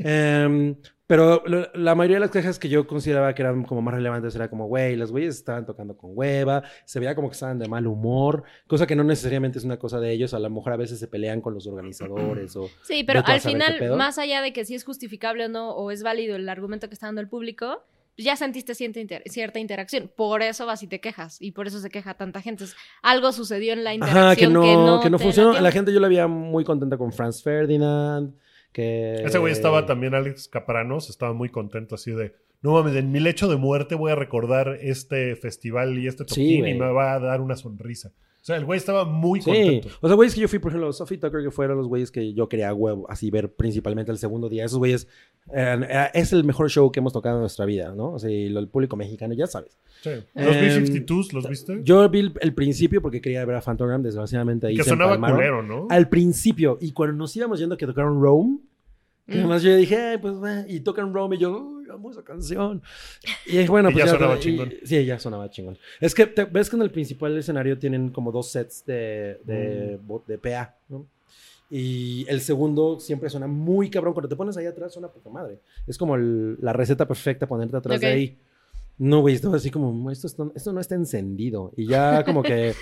E: Em, pero lo- la mayoría de las quejas que yo consideraba que eran como más relevantes era como, güey, los güeyes estaban tocando con hueva, se veía como que estaban de mal humor, cosa que no necesariamente es una cosa de ellos, a lo mejor a veces se pelean con los organizadores o...
G: Sí, pero
E: Vete a
G: al
E: saber qué
G: final,
E: pedo.
G: más allá de que si es justificable o no, o es válido el argumento que está dando el público, ya sentiste cierta, inter- cierta interacción. Por eso vas y te quejas. Y por eso se queja tanta gente. Es- algo sucedió en la interacción
E: Ajá, que no, que no,
G: te
E: funcionó.
G: latió.
E: La gente yo la veía muy contenta con Franz Ferdinand, que...
B: Ese güey estaba también, Alex Capranos, estaba muy contento así de. No mames, en mi lecho de muerte voy a recordar este festival y este
E: Sí,
B: toquín y
E: güey.
B: me va a dar una sonrisa. O sea, el güey estaba muy
E: Sí,
B: contento.
E: o sea, güeyes que yo fui, por ejemplo, Sophie Tucker, que fueron los güeyes que yo quería huevo, así ver principalmente el segundo día. Esos güeyes eran- era- es el mejor show que hemos tocado en nuestra vida, ¿no? O sea, y lo- el público mexicano, ya sabes.
B: Sí. Los
E: Em,
B: B-52s, ¿los viste?
E: Yo vi el, el principio porque quería ver a Phantogram, desgraciadamente ahí
B: que
E: se
B: sonaba
E: empalmaron.
B: culero, ¿no?
E: Al principio, y cuando nos íbamos yendo que tocaron Rome, que
G: Mm.
E: además yo dije, "Ay, pues, eh", y tocan Rome, y yo, "Uy, amo esa canción. Y dije, bueno,
B: Y
E: pues
B: ya
E: te-
B: sonaba
E: y-
B: chingón.
E: sí, ya sonaba chingón. Es que te- ves que en el principal escenario tienen como dos sets de,
B: Mm.
E: de, bo- de PA, ¿no? Y el segundo siempre suena muy cabrón. Cuando te pones ahí atrás, suena poca madre. Es como el- la receta perfecta ponerte atrás
G: Ok.
E: de ahí. No, güey, estaba así como, esto, está- esto no está encendido. Y ya como que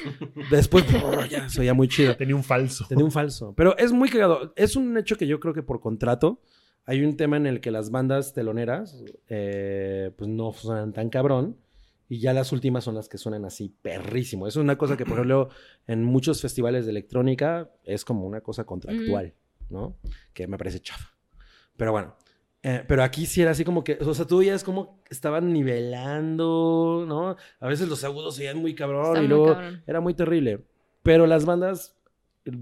E: después, brr, ya se oía muy chido.
B: Tenía un falso.
E: Tenía un falso. Pero es muy cagado. Es un hecho que yo creo que por contrato hay un tema en el que las bandas teloneras eh, pues no suenan tan cabrón. Y ya las últimas son las que suenan así perrísimo. Eso es una cosa que, por ejemplo, en muchos festivales de electrónica es como una cosa contractual, ¿no? Que me parece chafa. Pero bueno. eh, pero aquí sí era así como que, o sea, tú ya es como estaban nivelando, ¿no? A veces los agudos se oían muy cabrón
G: Está
E: y
G: muy
E: luego
G: cabrón.
E: era muy terrible. Pero las bandas,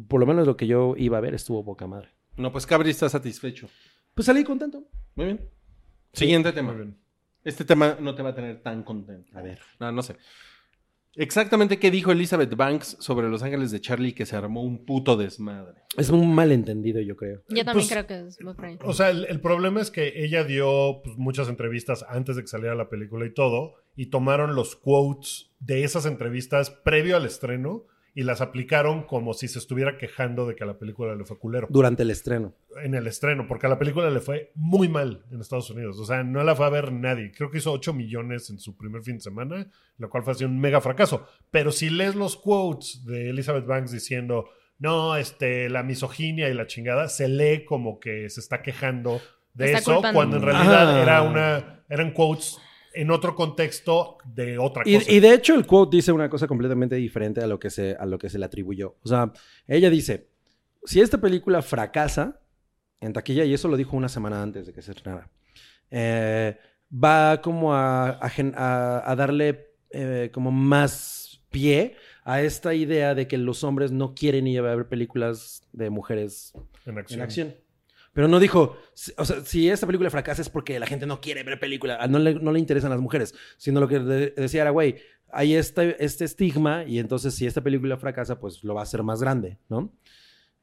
E: por lo menos lo que yo iba a ver, estuvo poca madre.
F: No, pues Cabri está satisfecho.
E: Pues salí contento.
F: Muy bien. Siguiente tema.
B: Muy bien.
F: Este tema no te va a tener tan contento.
E: A ver.
F: No, no sé. Exactamente qué dijo Elizabeth Banks sobre Los Ángeles de Charlie que se armó un puto desmadre.
E: Es un malentendido, yo creo.
G: Mm, Yo también
B: Pues-
G: creo que es muy por ahí.
B: O sea, el, el problema es que ella dio pues, muchas entrevistas antes de que saliera la película y todo, y tomaron los quotes de esas entrevistas previo al estreno y las aplicaron como si se estuviera quejando de que a la película le fue culero
E: Durante el estreno.
B: en el estreno, porque a la película le fue muy mal en Estados Unidos. O sea, no la fue a ver nadie. Creo que hizo 8 millones en su primer fin de semana, lo cual fue así un mega fracaso. Pero si lees los quotes de Elizabeth Banks diciendo, no, este, la misoginia y la chingada, se lee como que se está quejando de
G: Está
B: eso,
G: culpando.
B: cuando en realidad
E: Ah.
B: era una, eran quotes en otro contexto de otra
E: Y,
B: cosa.
E: y de hecho, el quote dice una cosa completamente diferente a lo, que se, a lo que se le atribuyó. O sea, ella dice: si esta película fracasa en taquilla, y eso lo dijo una semana antes de que se estrenara, eh, va como a, a gen- a- a darle eh, como más pie a esta idea de que los hombres no quieren ir a ver películas de mujeres
B: en acción.
E: en acción. Pero no dijo, si- o sea, si esta película fracasa es porque la gente no quiere ver película, ah, no le, no le interesan las mujeres, sino lo que de- decía era, güey, hay este, este estigma y entonces si esta película fracasa, pues lo va a hacer más grande, ¿no?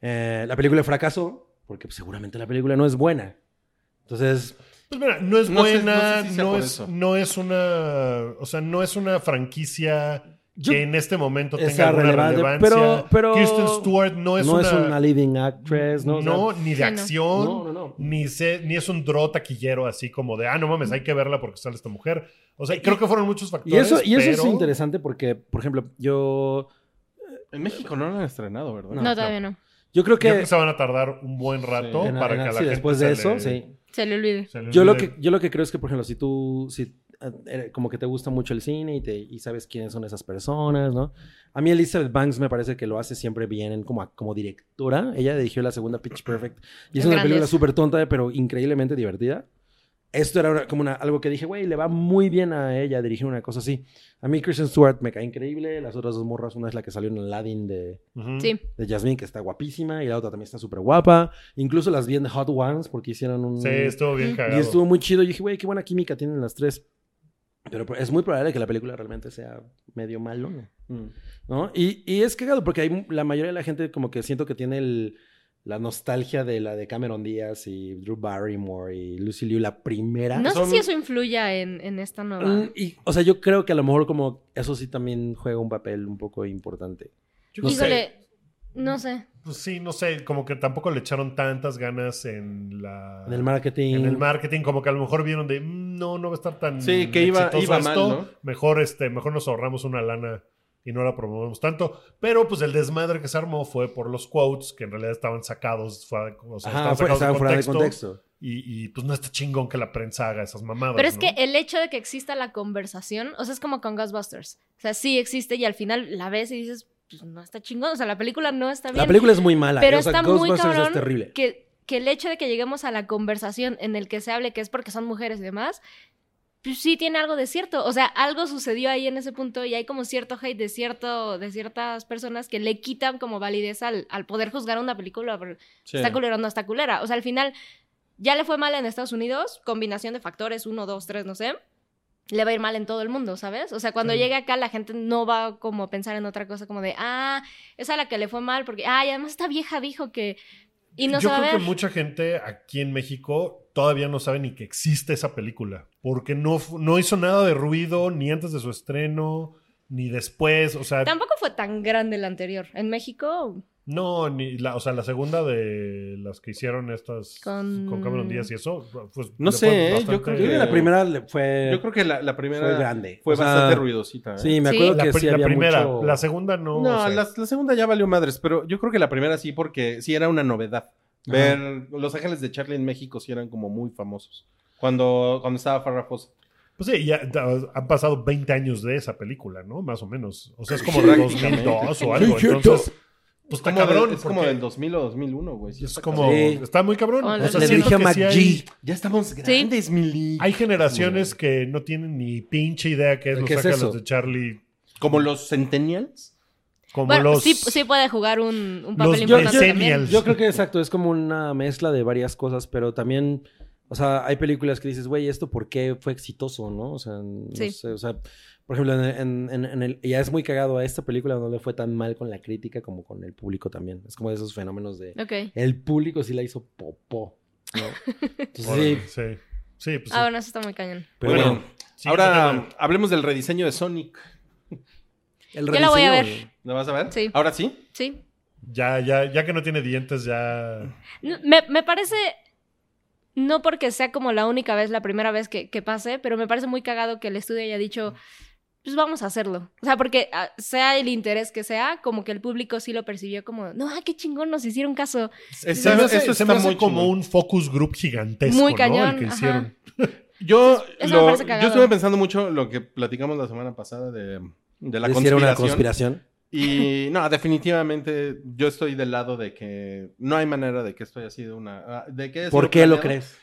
E: Eh, la película fracasó porque pues, seguramente la película no es buena. Entonces,
B: Pues mira, no es
F: No sé-
B: buena,
F: no
B: no,
F: sé si sea por
B: es,
F: eso.
B: no es una, o sea, no es una franquicia
E: Yo-
B: que en este momento
E: Esa
B: tenga alguna
E: relevante,
B: relevancia.
E: pero- pero-
B: Kirsten Stewart no
E: no
B: es una,
E: leading actress, ¿no?
B: no,
E: O sea,
B: ni de
G: Sí, no.
B: acción,
E: No, no, no.
B: ni se- ni es un dro taquillero así como de, ah, no mames, hay que verla porque sale esta mujer. O sea, creo que fueron muchos
E: y
B: factores.
E: eso, y eso es
B: pero-
E: interesante porque, por ejemplo, yo,
F: En México no lo han estrenado, ¿verdad?
G: No, todavía no.
E: yo creo
B: Yo creo
E: que...
B: que se van a tardar un buen rato
F: Sí.
E: en-
B: para
E: en- ah,
B: que a la
E: sí,
B: gente
E: después de
B: se
E: eso,
B: le-
E: sí.
G: Se le olvide.
B: se le
E: Yo lo,
B: olvide.
E: que, yo lo que creo es que, por ejemplo, si tú, si, eh, eres- como que te gusta mucho el cine y, te, y sabes quiénes son esas personas, ¿no? A mí Elizabeth Banks me parece que lo hace siempre bien en- como, a- como directora. Ella dirigió la segunda Pitch Perfect y es una
G: Grandiosa.
E: película súper tonta, pero increíblemente divertida. esto era una- como una, algo que dije, güey, le va muy bien a ella dirigir una cosa así. A mí Kristen Stewart me cae increíble, las otras dos morras, una es la que salió en Aladdin de,
B: Ujú.
G: Sí.
E: de Jasmine, que está guapísima, y la otra también está súper guapa. Incluso las vi en The Hot Ones porque hicieron un...
B: Sí, estuvo bien
G: Y
B: cagado.
E: y estuvo muy chido. Yo dije, güey, qué buena química tienen las tres. Pero es muy probable que la película realmente sea medio malona.
B: Mm.
E: ¿no? Y, y es cagado porque hay la mayoría de la gente como que siento que tiene el- la nostalgia de la de Cameron Díaz y Drew Barrymore y Lucy Liu, la primera.
G: No
E: Son-
G: sé si eso influya en, en esta nueva.
E: Mm, y, o sea, yo creo que a lo mejor como eso sí también juega un papel un poco importante.
B: Yo
E: no
B: creo que-
G: Híjole, no sé.
B: pues sí, no sé, como que tampoco le echaron tantas ganas en la...
E: En el marketing.
B: en el marketing, como que a lo mejor vieron de "Mm, no, no va a estar tan
F: Sí, que iba-
B: exitoso
F: iba mal, ¿no?
B: Mejor, este, mejor nos ahorramos una lana y no la promovemos tanto. Pero pues el desmadre que se armó fue por los quotes, que en realidad estaban sacados, fue- o sea,
E: Ajá,
B: estaban
E: fue-
B: sacados
E: estaban
B: de
E: fuera de
B: contexto.
E: contexto.
B: Y, y, pues no está chingón que la prensa haga esas mamadas.
G: Pero es
B: ¿no?
G: que el hecho de que exista la conversación, o sea, es como con Ghostbusters. O sea, sí existe y al final la ves y dices, pues no está chingón. O sea, la película no está bien.
E: La película es muy mala.
G: Pero
E: o sea,
G: está muy
E: Ghostbusters
G: cabrón
E: es terrible.
G: que, que el hecho de que lleguemos a la conversación en el que se hable que es porque son mujeres y demás, pues sí tiene algo de cierto. O sea, algo sucedió ahí en ese punto y hay como cierto hate de, cierto, de ciertas personas que le quitan como validez al, al poder juzgar una película. por-
F: Sí.
G: Está culera o no está culera. O sea, al final ya le fue mal en Estados Unidos, combinación de factores, uno, dos, tres, no sé. Le va a ir mal en todo el mundo, ¿sabes? O sea, cuando
B: Sí.
G: llegue acá la gente no va como a pensar en otra cosa como de, ah, esa a la que le fue mal porque, ay, además esta vieja dijo que... Y
B: Yo
G: no se va a
B: creo
G: ver.
B: que mucha gente aquí en México todavía no sabe ni que existe esa película, porque no, fu- no hizo nada de ruido ni antes de su estreno, ni después, o sea,
G: Tampoco fue tan grande la anterior. En México,
B: no, ni la, o sea, la segunda de las que hicieron estas con,
G: Con-
B: Cameron Díaz y eso, pues
F: No
B: le
F: sé,
B: fue
F: ¿eh? Yo
B: bastante-
F: creo
E: Yo creo que la primera le fue...
F: Yo creo que la, la primera
E: Fue grande.
F: fue
E: O sea,
F: bastante ruidosita. ¿eh?
E: Sí, me
G: Sí.
E: acuerdo
B: la,
E: que
B: pri-
E: sí
B: la
E: había
B: primera,
E: mucho...
B: la segunda no.
F: No,
B: o sea,
F: la, la segunda ya valió madres, pero yo creo que la primera sí, porque sí era una novedad. Ver Los Ángeles de Charlie en México sí eran como muy famosos. Cuando, cuando estaba Farrah Fawcett.
B: Pues sí, ya da- han pasado 20 años de esa película, ¿no? Más o menos. O sea, es como de
F: Prácticamente.
B: 2002 o algo.
E: Sí, cierto.
B: Entonces, pues está
F: Como del-
B: cabrón.
F: es como
B: porque
F: del 2000 o 2001, güey. sí
B: Es
F: está
B: como.
E: Sí.
B: Está muy cabrón.
G: Hola.
B: O sea,
E: Le
B: siento
E: dije a
B: que sí
E: McGee.
B: hay-
F: cabrón. Ya estamos grandes, Mili.
B: Hay generaciones que no tienen ni pinche idea qué es
E: ¿Qué
B: los
E: es
B: Ángeles
E: eso?
B: de Charlie.
F: Como los Centennials.
B: Como
G: bueno,
B: los.
G: sí, sí puede jugar un, un
B: los
G: papel importante
B: decennials.
G: también.
E: Yo creo que exacto, es como una mezcla de varias cosas, pero también, o sea, hay películas que dices, güey, ¿esto por qué fue exitoso, no? O sea, no
G: Sí.
E: sé, o sea, por ejemplo, en, en- en- en el, ya es muy cagado a esta película, no le fue tan mal con la crítica como con el público también. Es como de esos fenómenos de,
G: Ok.
E: el público sí la hizo popó, ¿no? Entonces, sí,
B: Órale, sí. Sí, pues sí.
G: Ah, bueno, eso está muy cañón.
E: pero
F: bueno,
E: bueno,
B: Siguiente
F: ahora
B: tema.
F: hablemos del rediseño de Sonic.
E: el
G: Yo la voy a
E: rediseño-
F: ¿Lo vas a ver?
G: Sí.
F: ¿Ahora sí?
G: Sí.
B: Ya, ya, ya que no tiene dientes, ya.
G: No, Me, me parece, no porque sea como la única vez, la primera vez que, que pase, pero me parece muy cagado que el estudio haya dicho, pues vamos a hacerlo. O sea, porque ah, sea el interés que sea, como que el público sí lo percibió como, no, ah, qué chingón, nos hicieron caso.
B: Se me hace,
F: eso
B: se me
F: está
B: hace
F: muy
B: como
F: chingón.
B: un focus group gigantesco.
G: Muy
B: ¿no?
G: cañón,
B: El que
G: ajá.
B: hicieron.
F: Yo,
G: Eso me
F: lo-
G: parece
F: yo
G: cagado.
F: estuve pensando mucho lo que platicamos la semana pasada de, de la
E: ¿les hicieron una
F: conspiración.
E: conspiración.
F: Y no, definitivamente yo estoy del lado de que no hay manera de que esto haya sido una... ah, De que haya
E: ¿Por
F: sido
E: qué lo
F: planeado.
E: crees?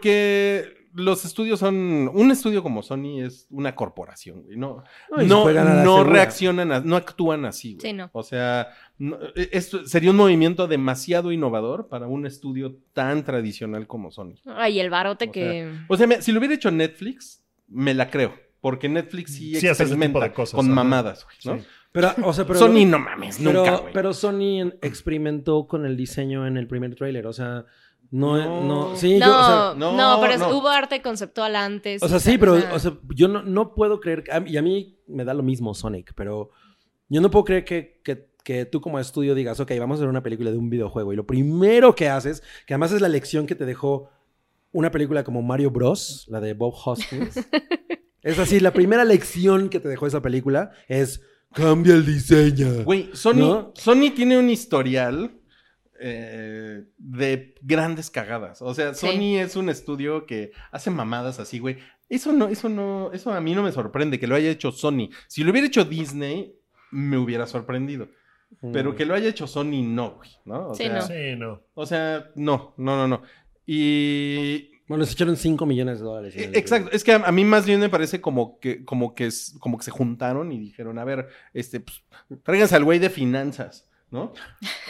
F: Porque los estudios son... Un estudio como Sony es una corporación, güey. No,
E: y se
F: no,
E: juegan a la
F: no
E: segura.
F: reaccionan, a- no actúan así, güey.
G: Sí, no.
F: O sea, no- e- esto sería un movimiento demasiado innovador para un estudio tan tradicional como Sony.
G: Ay, el barote
F: O
G: que...
F: O sea, me- si lo hubiera hecho Netflix, me la creo. Porque Netflix sí,
B: Sí hace ese tipo
F: experimenta
B: de cosas,
F: con
B: ajá.
F: mamadas, güey, ¿no?
B: Sí.
E: Pero, o sea, pero
F: Sony no mames,
E: Pero,
F: nunca, güey.
E: pero Sony en- experimentó con el diseño en el primer tráiler, o sea, no,
F: No.
E: no, sí,
G: no,
E: yo, o sea,
G: no,
F: no,
G: pero es-
F: no.
G: hubo arte conceptual antes.
E: o sea, sí, pero,
G: o
E: o sea, yo no, no puedo creer, que- a mí- y a mí me da lo mismo Sonic, pero yo no puedo creer que, que- que tú como estudio digas, ok, vamos a hacer una película de un videojuego, y lo primero que haces, que además es la lección que te dejó una película como Mario Bros, la de Bob Hoskins, es así, la primera lección que te dejó esa película es, cambia el diseño.
F: Güey, Sony,
E: ¿No?
F: Sony tiene un historial eh, de grandes cagadas. O sea,
G: Sí.
F: Sony es un estudio que hace mamadas así, güey. Eso no, eso no, eso a mí no me sorprende que lo haya hecho Sony. Si lo hubiera hecho Disney, me hubiera sorprendido.
E: Mm.
F: Pero
B: Mm.
F: que lo haya hecho Sony, no, güey, ¿no? O
G: Sí,
F: sea,
G: no.
B: Sí, no.
F: O sea, no, no, no, no. Y
E: Bueno, les echaron 5 millones de
B: E-
E: dólares. en
F: Eh,
E: el-
F: Exacto, es que a, a mí más bien me parece como que, como que, es- como que se juntaron y dijeron, a ver, este, pues, tráiganse al güey de finanzas, ¿no?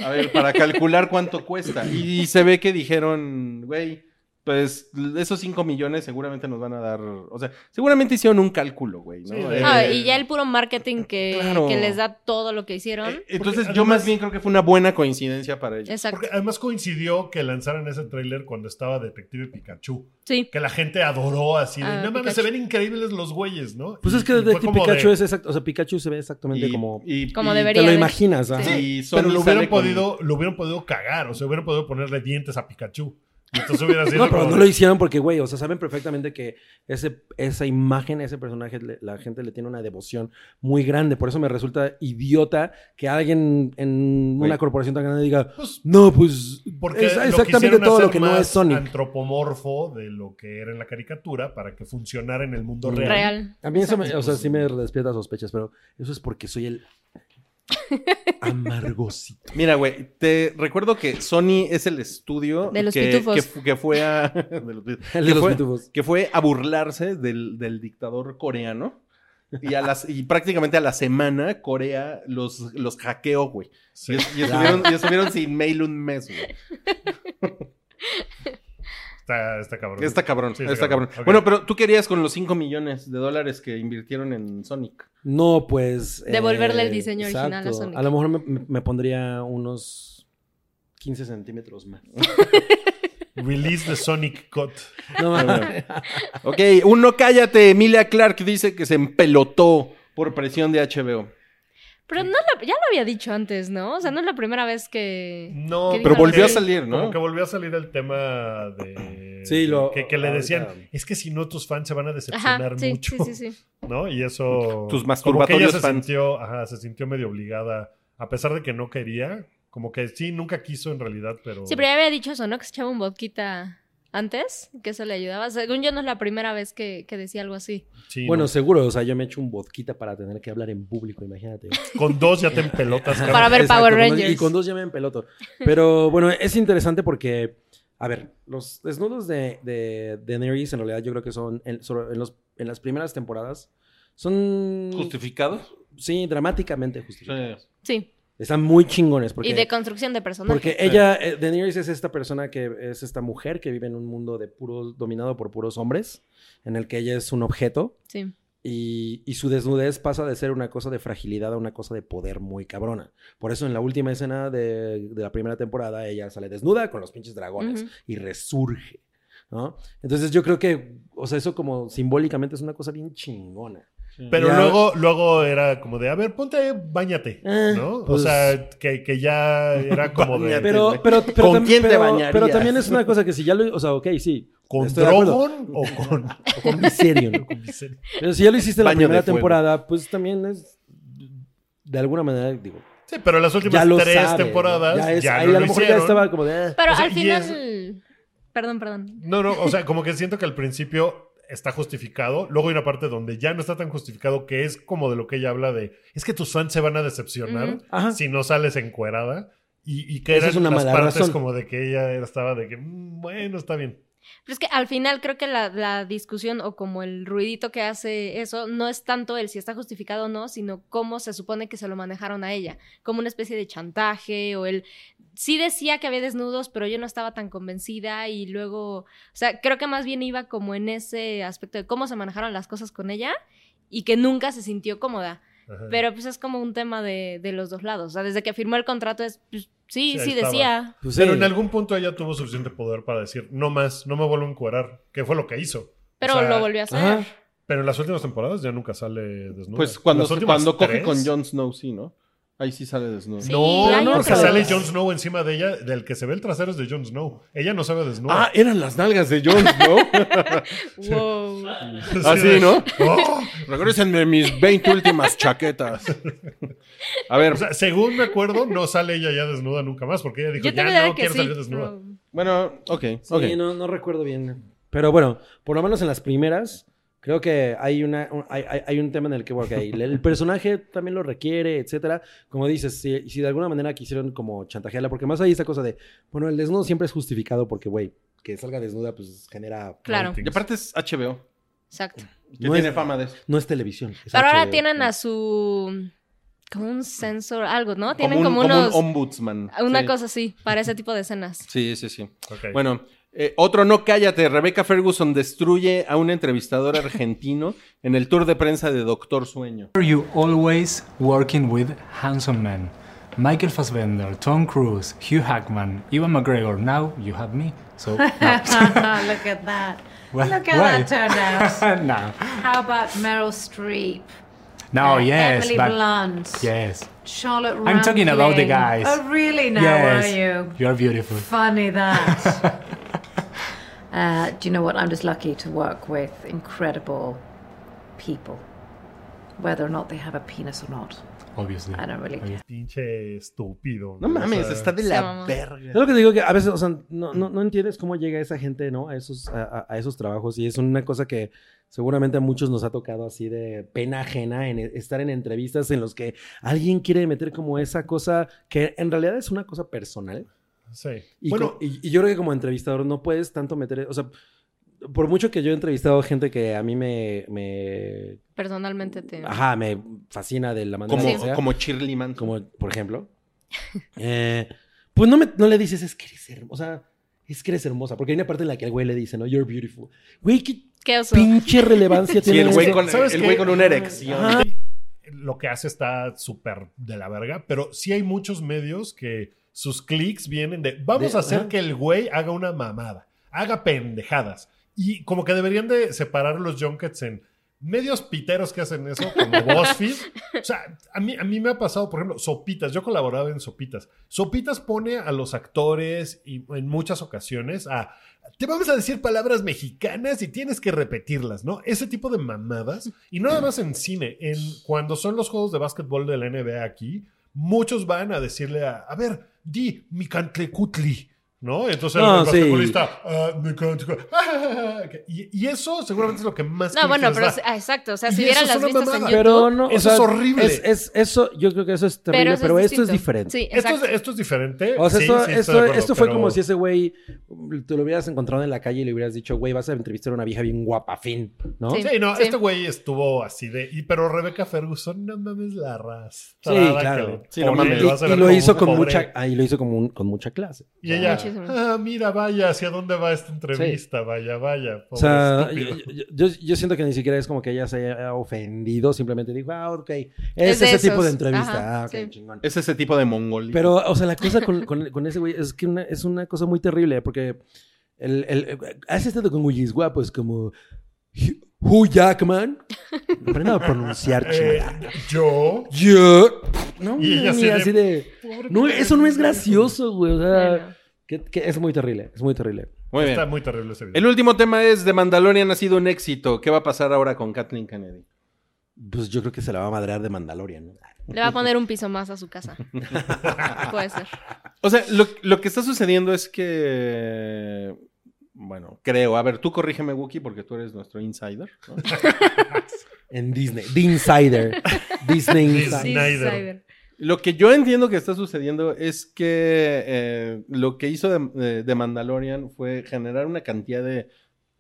F: A ver, para calcular cuánto cuesta. Y, se ve que dijeron, güey, pues esos 5 millones seguramente nos van a dar, o sea, seguramente hicieron un cálculo, güey, ¿no?
B: Sí,
F: Eh,
G: Ah, y ya el puro marketing que,
F: claro.
G: que les da todo lo que hicieron.
F: eh, Entonces
B: Porque
F: yo
B: además-
F: más bien creo que fue una buena coincidencia para ellos.
G: Exacto.
B: Porque además coincidió que lanzaran ese tráiler cuando estaba Detective Pikachu.
G: Sí.
B: Que la gente adoró así. De,
G: Ah,
B: no mames,
G: Pikachu.
B: se ven increíbles los güeyes, ¿no?
E: Pues
B: Y-
E: es que
B: y fue
E: desde que
B: como
E: Pikachu
B: de-
E: es exacto. O sea, Pikachu se ve exactamente como.
F: y-
G: Como
F: y-
G: debería.
E: Te lo
G: de-
E: imaginas, ¿ah? ajá.
F: Y Sony
B: Pero lo
F: sale
B: hubieran,
F: con-
B: podido, lo hubieran podido cagar. O sea, hubieran podido ponerle dientes a Pikachu. Y entonces hubiera sido
E: No, pero
B: como
E: no
B: de-
E: lo hicieron porque, güey, o sea, saben perfectamente que ese, esa imagen, ese personaje, le- la gente le tiene una devoción muy grande. Por eso me resulta idiota que alguien en una
F: Güey.
E: corporación tan grande diga,
B: Pues,
E: no, pues,
B: porque
E: es
B: lo
E: exactamente
B: quisieron
E: todo lo
B: hacer
E: que no
B: más
E: es Sonic.
B: antropomorfo de lo que era en la caricatura para que funcionara en el mundo
E: Mm.
B: real.
G: Real.
E: A mí eso, me, o sea, sí me despierta sospechas, pero eso es porque soy el amargosito.
F: Mira, güey, te recuerdo que Sony es el estudio
G: De los
F: que,
G: pitufos.
F: que fu- que fue a de los pitufos.
E: El de
F: que
E: los
F: fue-
E: pitufos.
F: que fue a burlarse del, del dictador coreano. Y, a las, y prácticamente a la semana Corea los, los hackeó, güey.
B: Sí.
F: Y, es- y estuvieron, y estuvieron sin mail un mes, güey.
B: Está, está cabrón.
F: Está cabrón,
B: Sí,
F: está, cabrón.
B: Ok.
F: Bueno, pero tú querías con los 5 millones de dólares que invirtieron en Sonic.
E: No, pues.
G: Devolverle el diseño original a Sonic.
E: A lo mejor me, me- me pondría unos 15 centímetros más.
B: Release the Sonic Cut.
E: No, mames.
F: Ok, uno cállate. Emilia Clark dice que se empelotó por presión de HBO.
G: Pero no la- ya lo había dicho antes, ¿no? O sea, no es la primera vez que.
B: No,
G: ¿Qué
F: Pero
G: dijo?
F: volvió a
G: Sí.
F: salir, ¿no?
B: Como que volvió a salir el tema de.
E: Sí, lo-
B: Que, que le
E: ahorita-
B: decían, es que si no, tus fans se van a decepcionar
G: Ajá, sí,
B: mucho.
G: sí, sí, sí.
B: ¿No? Y eso. como
F: Tus
B: que ella
F: masturbatorios
B: se
F: fans.
B: sintió, ajá, se sintió medio obligada, a pesar de que no quería. Como que sí, nunca quiso en realidad, pero.
G: Sí, pero ya había dicho eso, ¿no? Que se echaba un vodka antes, que eso le ayudaba. Según yo, no es la primera vez que, que decía algo así.
B: Sí,
E: Bueno,
B: no.
E: seguro, o sea, yo me echo un vodquita para tener que hablar en público, imagínate.
B: con dos ya te empelotas. cabrón.
G: Para ver
E: Exacto,
G: Power
E: con dos-
G: Rangers.
E: Y con dos ya me empeloto. Pero bueno, es interesante porque, a ver, los desnudos de, de, de Daenerys en realidad yo creo que son, en, sobre- en los, en las primeras temporadas, son,
F: ¿Justificados?
E: sí, dramáticamente justificados.
G: Sí.
E: Están muy chingones porque...
G: Y de construcción de personajes.
E: Porque ella, eh, Daenerys es esta persona que es esta mujer que vive en un mundo de puros, dominado por puros hombres, en el que ella es un objeto
G: Sí.
E: y, y su desnudez pasa de ser una cosa de fragilidad a una cosa de poder muy cabrona. Por eso en la última escena de, de la primera temporada ella sale desnuda con los pinches dragones
G: Ujú.
E: y resurge, ¿no? Entonces yo creo que, o sea, eso como simbólicamente es una cosa bien chingona.
B: Pero
E: Ya-
B: luego, luego era como de, a ver, ponte, bañate.
E: Eh,
B: ¿No?
E: pues-
B: o sea, que, que ya era como de.
F: Báñate.
E: Pero, pero, pero,
F: ¿Con
E: tam-
F: quién te
E: pero-
F: bañarías?
E: pero también es una cosa que si ya lo, o sea, ok, sí,
B: ¿Con
E: Estoy de acuerdo.
B: Drogon o con.?
E: o con miserio, ¿no?
B: con Viserys?
E: Pero si ya lo hiciste en la
F: Baño de
E: primera
F: fuego.
E: temporada, pues también es, de alguna manera, digo,
B: Sí, pero las
E: ya
B: últimas
E: lo
B: tres
E: sabes, ¿no?
B: temporadas ya,
E: es- ahí
B: no
E: a
B: lo
E: lo mejor
B: hicieron.
E: ya estaba como de... "Ah".
G: Pero
B: O sea,
G: al
B: y
G: final.
B: es-
G: Perdón, perdón.
B: No, no, o sea, como que siento que al principio está justificado, luego hay una parte donde ya no está tan justificado que es como de lo que ella habla de, es que tus fans se van a decepcionar
G: Ujú.
E: Ajá.
B: si no sales encuerada y, y que
E: Ah. Esa
B: eran
E: es una
B: las
E: mala
B: partes
E: razón.
B: como de que ella estaba de que, "Mm, bueno, está bien.
G: Pero es que al final creo que la, la discusión o como el ruidito que hace eso no es tanto el si está justificado o no, sino cómo se supone que se lo manejaron a ella, como una especie de chantaje o el sí decía que había desnudos, pero yo no estaba tan convencida y luego, o sea, creo que más bien iba como en ese aspecto de cómo se manejaron las cosas con ella y que nunca se sintió cómoda.
B: Ajá.
G: Pero pues es como un tema de, de los dos lados, o sea, desde que firmó el contrato es pues,
B: Sí,
G: sí,
B: ahí
G: sí
B: estaba.
G: decía.
E: Pues,
B: Pero
E: sí.
B: en algún punto ella tuvo suficiente poder para decir, no más, no me vuelvo a encuerar, que fue lo que hizo.
G: Pero
B: O sea,
G: lo volvió a hacer.
E: Ajá.
B: Pero en las últimas temporadas ya nunca sale desnuda.
F: Pues cuando,
B: Las últimas
F: cuando coge
B: tres-
F: con Jon Snow, sí, ¿no? Ahí sí sale desnudo.
G: Sí,
B: no,
G: hay
B: no, porque
G: otros.
B: sale Jon Snow encima de ella, del que se ve el trasero es de Jon Snow. Ella no sabe desnuda.
F: Ah, eran las nalgas de Jon Snow.
G: Wow.
F: Así,
B: de-
F: ah, ¿no?
B: Oh.
F: Regrésenme mis 20 últimas chaquetas. A ver,
B: O sea, según me acuerdo, no sale ella ya desnuda nunca más, porque ella dijo,
G: Yo tengo
B: ya
G: idea
B: no
G: que
B: quiero
G: sí.
B: salir desnuda.
G: pero-
F: bueno, ok,
E: Sí,
F: ok.
E: no, no recuerdo bien. Pero bueno, por lo menos en las primeras, creo que hay, una, un- hay, hay- hay un tema en el que, bueno, ok, el, el personaje también lo requiere, etcétera. Como dices, si, si de alguna manera quisieron como chantajearla, porque más ahí esta cosa de, bueno, el desnudo siempre es justificado porque, güey, que salga desnuda, pues genera.
G: Claro,
B: Rating.
F: Y aparte es HBO,
G: exacto.
F: que
E: No
F: tiene
E: es-
F: fama de eso.
E: No es televisión. es
G: Pero ahora
E: HBO,
G: tienen
E: ¿no?
G: a su. como un sensor, algo, ¿no? Tienen
F: un-
G: como, unos.
F: un ombudsman.
G: una
F: Sí.
G: cosa así, para ese tipo de escenas.
F: Sí, sí, sí.
B: Ok.
F: Bueno, eh, otro no cállate. Rebecca Ferguson destruye a un entrevistador argentino en el tour de prensa de Doctor Sueño.
D: Are you always working with handsome men? Michael Fassbender, Tom Cruise, Hugh Hackman, Ivan McGregor. Now you have me. So no.
H: Look at that.
D: Well,
H: Look at
D: right.
H: that turnout.
D: no,
H: How about Meryl Streep?
D: no,
H: Uh,
D: yes,
H: Emily
D: but
H: Blunt.
D: yes,
H: Charlotte
D: I'm talking about the
H: Rampling.
D: guys.
H: Oh, really? Now
D: yes,
H: are you?
D: are beautiful.
H: Funny that. uh, do you know what? I'm just lucky to work with incredible people, whether or not they have a penis or not.
D: Obviously,
H: I don't really care.
B: Pinche estúpido.
F: No
B: güey, o
F: mames,
B: sea,
F: está de
G: Se
F: la
G: mamó.
F: verga.
E: Es lo que te digo que a veces, o sea, no, no, no entiendes cómo llega esa gente, ¿no? A esos, a, a- a esos trabajos. Y es una cosa que seguramente a muchos nos ha tocado así de pena ajena en e- estar en entrevistas en los que alguien quiere meter como esa cosa que en realidad es una cosa personal.
B: Sí.
E: Y,
B: bueno,
E: co- y, y yo creo que como entrevistador no puedes tanto meter, o sea, por mucho que yo he entrevistado gente que a mí me, me
G: Personalmente te.
E: ajá, me fascina de la manera
F: Como,
E: que sea,
F: como Shirley Manson.
E: como por ejemplo, eh, pues no, me- no le dices, es que eres hermosa, es que eres hermosa, porque hay una parte en la que el güey le dice, no, you're beautiful. Güey, qué
G: ¿Qué oso?
E: pinche relevancia
F: Sí,
E: tiene
F: el güey
E: eso?
F: con,
B: ¿Sabes
F: el
B: qué?
F: güey con una erección.
B: lo que hace está súper de la verga, pero sí hay muchos medios que sus clics vienen de vamos
E: De-
B: a hacer
E: ajá.
B: que el güey haga una mamada, haga pendejadas. Y como que deberían de separar los junkets en medios piteros que hacen eso, como BuzzFeed. O sea, a mí, a mí me ha pasado, por ejemplo, Sopitas. Yo colaboraba en Sopitas. Sopitas pone a los actores y en muchas ocasiones a te vamos a decir palabras mexicanas y tienes que repetirlas, ¿no? Ese tipo de mamadas. Y no nada más en cine, en cuando son los juegos de básquetbol de la NBA aquí, muchos van a decirle a, a ver, di mi cantlecutli. ¿No? Entonces
E: No,
B: el
E: sí.
B: basquetbolista. "Ah, mi cantlecutli". y, y eso seguramente es lo que más.
G: No, bueno,
B: clics
G: pero.
B: les da.
G: ah, Exacto. O sea,
B: Y
G: si
B: eso
G: vieran
B: es
G: las
B: una
G: vistas en
B: mamada.
G: YouTube.
E: Pero no, o
B: Eso es horrible.
E: Es, es- eso, yo creo que eso es terrible, pero,
G: eso
E: esto es
G: distinto.
E: diferente.
G: Sí,
B: Esto
G: exacto.
B: es, eh, esto es diferente.
E: O sea,
B: Sí,
E: esto,
B: sí, estoy de
E: esto-
B: acuerdo,
E: esto fue
B: pero-
E: como si ese güey mm, te lo hubieras encontrado en la calle y le hubieras dicho, güey, vas a entrevistar a una vieja bien guapa, fin, ¿no?
G: Sí.
B: Sí, no,
G: Sí.
B: este güey estuvo así de. Y, pero Rebeca Ferguson, no mames la raza.
E: Sí, claro.
F: Sí, no mames.
E: Y,
F: Lo
E: y lo hizo con mucha, ah, y lo hizo como un- con mucha clase.
B: Y ella,
G: Muchísimo.
B: ah, mira, vaya, hacia dónde va esta entrevista, vaya, vaya.
E: O
B: pobre
E: sea, yo,
B: estúpido.
E: yo- yo- yo siento que ni siquiera es como que ella se haya ofendido, simplemente dijo, ah, ok, es,
G: Es de
E: ese tipo de
G: esos.
E: entrevista.
G: Ajá,
E: ah, ok,
G: sí.
E: chingón.
F: Es ese tipo de mongolí.
E: Pero, o sea, la cosa con, con- con ese güey es que una- es una cosa muy terrible, porque el, el, has estado con güeyes guapos como Hugh Jackman. Aprenda a pronunciar,
B: Eh,
E: chingada.
B: yo.
E: Yo. No,
B: Y ella
E: ni
B: así de-
E: así de...
B: Pobre
E: No,
B: pendejo.
E: eso no es gracioso, güey. O sea,
G: Bueno.
B: eh,
E: que- que es muy terrible, es muy terrible.
F: Muy bien.
B: Está muy terrible ese video.
F: El último tema es The Mandalorian ha sido un éxito. ¿Qué va a pasar ahora con Kathleen Kennedy?
E: Pues yo creo que se la va a madrear de Mandalorian. ¿no?
G: Le va a poner un piso más a su casa. Puede ser.
F: O sea, lo, lo que está sucediendo es que. Bueno, creo. A ver, tú corrígeme, Wookie, porque tú eres nuestro insider. ¿no?
E: En Disney. The Insider. Disney Insider.
B: Disney. Snyder.
G: Snyder.
F: Lo que yo entiendo que está sucediendo es que eh, lo que hizo de, de- de Mandalorian fue generar una cantidad de,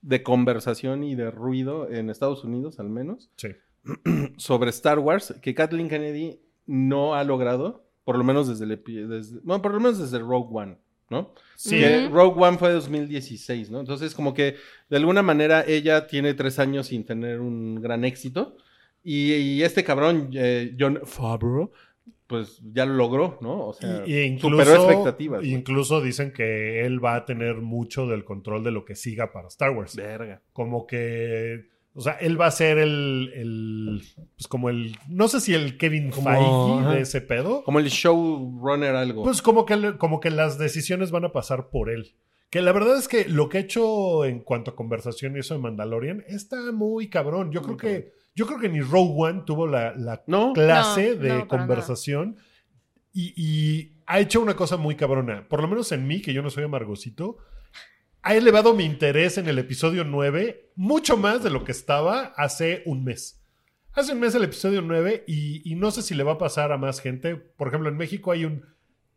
F: de conversación y de ruido en Estados Unidos, al menos,
B: Sí.
F: sobre Star Wars, que Kathleen Kennedy no ha logrado, por lo menos desde el epi- desde- bueno, por lo menos desde Rogue One, ¿no?
B: Sí.
F: Que
G: Ujú.
F: Rogue One fue 2016, ¿no? Entonces, como que de alguna manera ella tiene tres años sin tener un gran éxito. Y, y este cabrón, eh, John Favreau, pues ya lo logró, ¿no? O sea,
B: Y- y
F: superó
B: incluso,
F: expectativas. güey.
B: incluso dicen que él va a tener mucho del control de lo que siga para Star Wars.
F: Verga.
B: Como que, o sea, él va a ser el, el pues como el, no sé si el Kevin
E: Como,
B: Feige
E: ajá.
B: de ese pedo.
F: Como el showrunner algo.
B: Pues como que, le- como que las decisiones van a pasar por él. Que la verdad es que lo que he hecho en cuanto a conversación y eso de Mandalorian está muy cabrón. Yo creo que, yo creo que ni Rogue One tuvo la, la
F: no,
B: clase
G: No,
B: de
G: no, para
B: conversación y, y ha hecho una cosa muy cabrona. Por lo menos en mí, que yo no soy amargosito, ha elevado mi interés en el episodio 9 mucho más de lo que estaba hace un mes. Hace un mes el episodio 9 y, y no sé si le va a pasar a más gente. Por ejemplo, en México hay un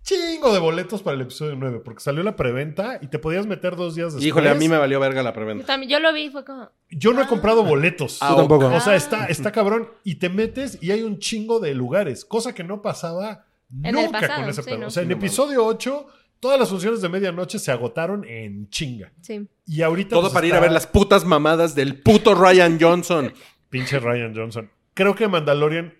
B: chingo de boletos para el episodio 9, porque salió la preventa y te podías meter dos días después.
F: Híjole, a mí me valió verga la
G: Yo,
F: preventa.
G: también, yo lo vi, fue como.
B: Yo no he comprado boletos.
F: Ah, Yo
E: tampoco.
B: O sea, está, está cabrón. Y te metes y hay un chingo de lugares, cosa que no pasaba
G: el
B: nunca
G: pasado,
B: con ese
G: sí,
B: pedo.
G: ¿no?
B: O sea, en
F: No mames.
B: episodio 8, todas las funciones de medianoche se agotaron en chinga.
G: Sí.
B: Y ahorita.
F: Todo
B: pues,
F: para ir a
B: está
F: ver las putas mamadas del puto Ryan Johnson.
B: Pinche Ryan Johnson. Creo que Mandalorian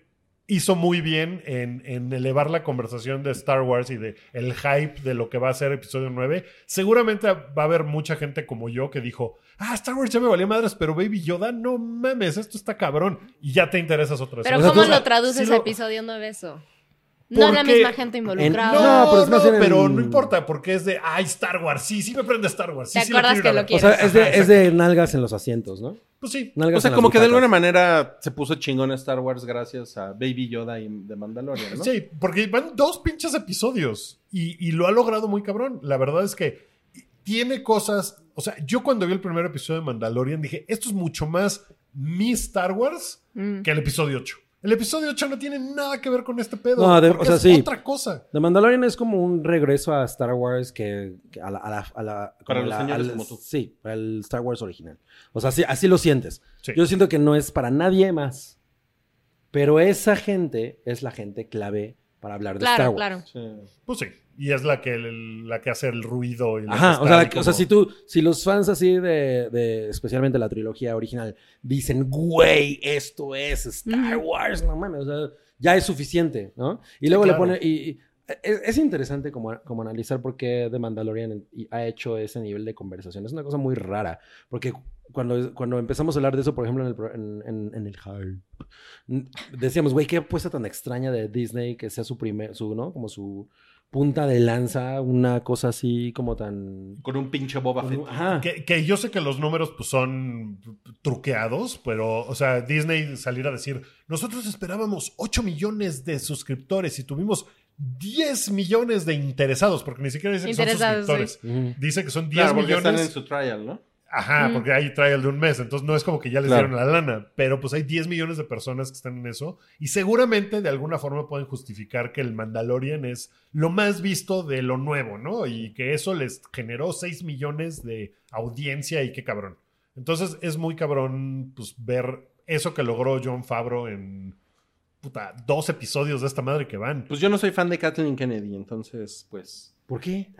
B: hizo muy bien en, en elevar la conversación de Star Wars y de el hype de lo que va a ser episodio 9. Seguramente va a haber mucha gente como yo que dijo, ah, Star Wars ya me valía madres, pero Baby Yoda, no mames, esto está cabrón. Y ya te interesas otra vez.
G: Pero
B: O sea,
G: ¿cómo
B: o sea,
G: lo traduces
B: sí lo-
G: a episodio 9 eso? No la
B: Porque-
G: misma gente involucrada.
B: No,
E: en- No,
B: pero,
E: pero es más bien en-
B: pero no importa, porque es de, ay, Star Wars, sí, sí me prende Star Wars. Sí,
G: Te
B: sí la
G: acuerdas
B: quiero ir a
G: que
E: O
G: lo
B: ver".
E: sea, es
B: Ajá,
E: de, es
B: exacto.
E: de nalgas en los asientos, ¿no?
B: Pues sí.
E: Nalgas
F: O sea,
E: en las
F: como que de alguna
E: butacas.
F: manera se puso chingón Star Wars gracias a Baby Yoda y de Mandalorian, ¿no?
B: Sí, porque van dos pinches episodios y, y lo ha logrado muy cabrón. La verdad es que tiene cosas, o sea, yo cuando vi el primer episodio de Mandalorian dije, esto es mucho más mi Star Wars
G: Mm.
B: que el episodio 8. El episodio 8 no tiene nada que ver con este pedo.
E: No, de-
B: porque
E: o sea,
B: es
E: sí.
B: otra cosa.
E: The Mandalorian es como un regreso a Star Wars que, que a la... a la- a la- como
F: Para los
E: la-
F: señores
E: al-
F: como tú.
E: Sí, para el Star Wars original. O sea, así, así lo sientes.
B: Sí.
E: Yo siento que no es para nadie más. Pero esa gente es la gente clave para hablar de Star
G: Claro,
E: Wars.
G: claro.
B: Pues sí, y es la que, el- la que hace el ruido. Y la que
E: Ajá,
B: está
E: o sea,
B: ahí
E: la- o sea,
B: como-
E: si tú, si los fans así de, de especialmente la trilogía original, dicen, güey, esto es Star
G: Ujú.
E: Wars, no mames, o sea, ya es suficiente, ¿no? Y luego
B: claro.
E: le pone, y, y- es, es interesante como, como analizar por qué The Mandalorian y- ha hecho ese nivel de conversación, es una cosa muy rara, porque cuando, cuando empezamos a hablar de eso, por ejemplo, en el, pro- en, en- en el hype, decíamos, güey, qué apuesta tan extraña de Disney que sea su primer, su, ¿no? Como su punta de lanza, una cosa así como tan...
F: Con un pinche Boba Fett.
E: Ajá.
B: Que, que yo sé que los números pues, son truqueados, pero, o sea, Disney salir a decir, nosotros esperábamos 8 millones de suscriptores y tuvimos 10 millones de interesados, porque ni siquiera dice que son
G: Interesados,
B: suscriptores.
E: Ujú.
B: Dice que son 10
F: Claro, porque están
B: millones.
F: en su trial, ¿no?
B: Ajá,
G: Mm.
B: porque hay trial de un mes, entonces no es como que ya les
F: Claro.
B: dieron la lana, pero pues hay 10 millones de personas que están en eso y seguramente de alguna forma pueden justificar que el Mandalorian es lo más visto de lo nuevo, ¿no? Y que eso les generó 6 millones de audiencia y qué cabrón. Entonces es muy cabrón pues ver eso que logró John Favreau en puta, dos episodios de esta madre que van.
F: Pues yo no soy fan de Kathleen Kennedy, entonces, pues.
E: ¿Por qué?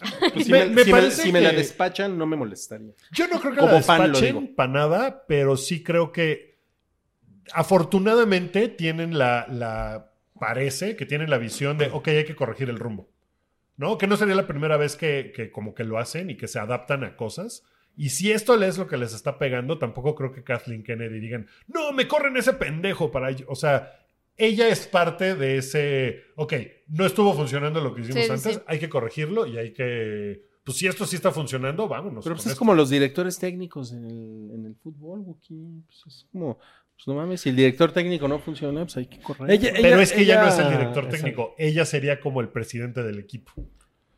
F: pues, si
B: Me-
F: me,
B: me
F: si me-
B: parece
F: si me la
B: que-
F: despachan, no me molestaría.
B: Yo no creo que
F: Como
B: la
F: fan, lo
B: despachen
F: digo.
B: para nada, pero sí creo que afortunadamente tienen la, la parece que tienen la visión de, ok, hay que corregir el rumbo. ¿No? Que no sería la primera vez que, que como que lo hacen y que se adaptan a cosas. Y si esto le es lo que les está pegando, tampoco creo que Kathleen Kennedy digan, no, me corren ese pendejo para... ello". O sea, ella es parte de ese, ok, no estuvo funcionando lo que hicimos
G: Sí, sí,
B: antes,
G: sí.
B: hay que corregirlo y hay que... Pues si esto sí está funcionando, vámonos.
F: Pero
B: con
F: pues es
B: esto".
F: como los directores técnicos en el, en el fútbol, Wookie. Pues es como, pues no mames, si el director técnico no funciona, pues hay que correr.
B: Pero es que ya no es el director
E: Ah, Exacto.
B: técnico, ella sería como el presidente del equipo.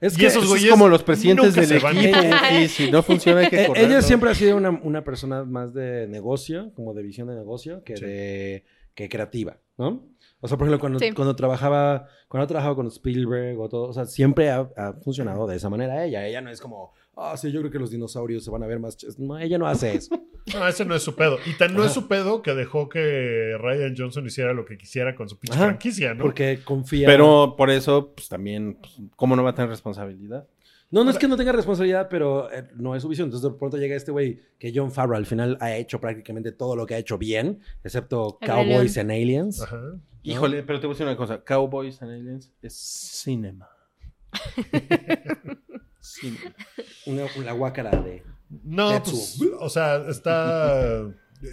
E: Es
B: Y
E: que
B: esos
F: Pues
B: güeyes
F: es como los
B: nunca
F: presidentes del
B: se
F: equipo,
B: van.
F: Wookie. Si no funciona, hay que
E: eh,
F: correr.
E: ella
F: ¿no?
E: siempre ha sido una, una persona más de negocio, como de visión de negocio, que
B: Sí.
E: de que creativa, ¿no? O sea, por ejemplo, cuando,
G: Sí.
E: cuando trabajaba, cuando ha trabajado con Spielberg o todo, o sea, siempre ha, ha funcionado de esa manera ella. Ella no es como, ah, sí, yo creo que los dinosaurios se van a ver más. ch-". No, ella no hace eso.
B: No, ese no es su pedo. Y tan no es
E: Ajá.
B: su pedo que dejó que Ryan Johnson hiciera lo que quisiera con su pinche
E: Ajá,
B: franquicia, ¿no?
E: Porque confía.
F: Pero por eso, pues también, pues, ¿cómo no va a tener responsabilidad?
E: No, no es que no tenga responsabilidad, pero eh, no es su visión. Entonces, de pronto llega este güey que John Favreau al final ha hecho prácticamente todo lo que ha hecho bien, excepto
G: El Rey
E: Cowboys and Aliens.
B: Ajá.
F: Híjole, pero te voy a decir una cosa. Cowboys and Aliens este, es cinema. Cinema.
E: Una, la guácara de.
B: No,
E: That's
B: pues, o sea, está.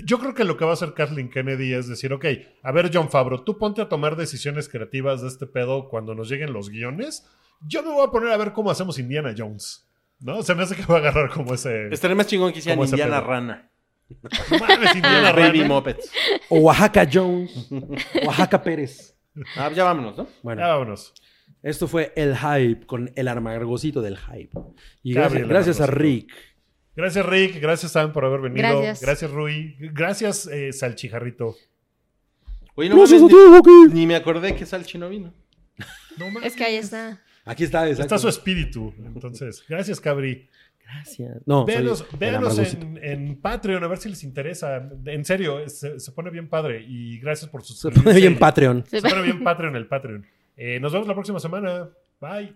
B: Yo creo que lo que va a hacer Kathleen Kennedy es decir, ok, a ver, John Fabro, tú ponte a tomar decisiones creativas de este pedo cuando nos lleguen los guiones. Yo me voy a poner a ver cómo hacemos Indiana Jones. ¿No? Se me hace que va a agarrar como ese.
F: Estaría más chingón que hicieran
B: Como ese
F: Indiana
B: pedo.
F: Rana.
B: Mames, Indiana
F: Baby
B: Rana.
F: Muppets.
E: O Oaxaca Jones. Oaxaca Pérez.
F: Ah, ya vámonos, ¿no?
E: Bueno,
B: Ya vámonos.
E: esto fue el hype con el armagosito del hype. Y
B: Gabriel
E: gracias, gracias a
B: Armagosito.
E: Rick.
B: Gracias, Rick. Gracias, Sam, por haber venido. Gracias,
G: Gracias.
B: Rui. Gracias, eh, Salchijarrito.
F: Oye, no
C: Gracias a
F: mames,
C: ti, Wookie.
F: ni, ni me acordé que Salchi no vino.
B: No mames.
G: Es que ahí está.
E: Aquí está, exacto.
B: Está su espíritu. Entonces, gracias, Cabri.
E: Gracias. No, soy
B: Véanos,
E: el
B: véanos
E: amargosito.
B: en, en Patreon, a ver si les interesa. En serio, se, se pone bien padre. Y gracias por
E: Se
B: suscribirse.
E: pone bien Patreon.
B: Se pone bien Patreon el Patreon. Eh, nos vemos la próxima semana. Bye.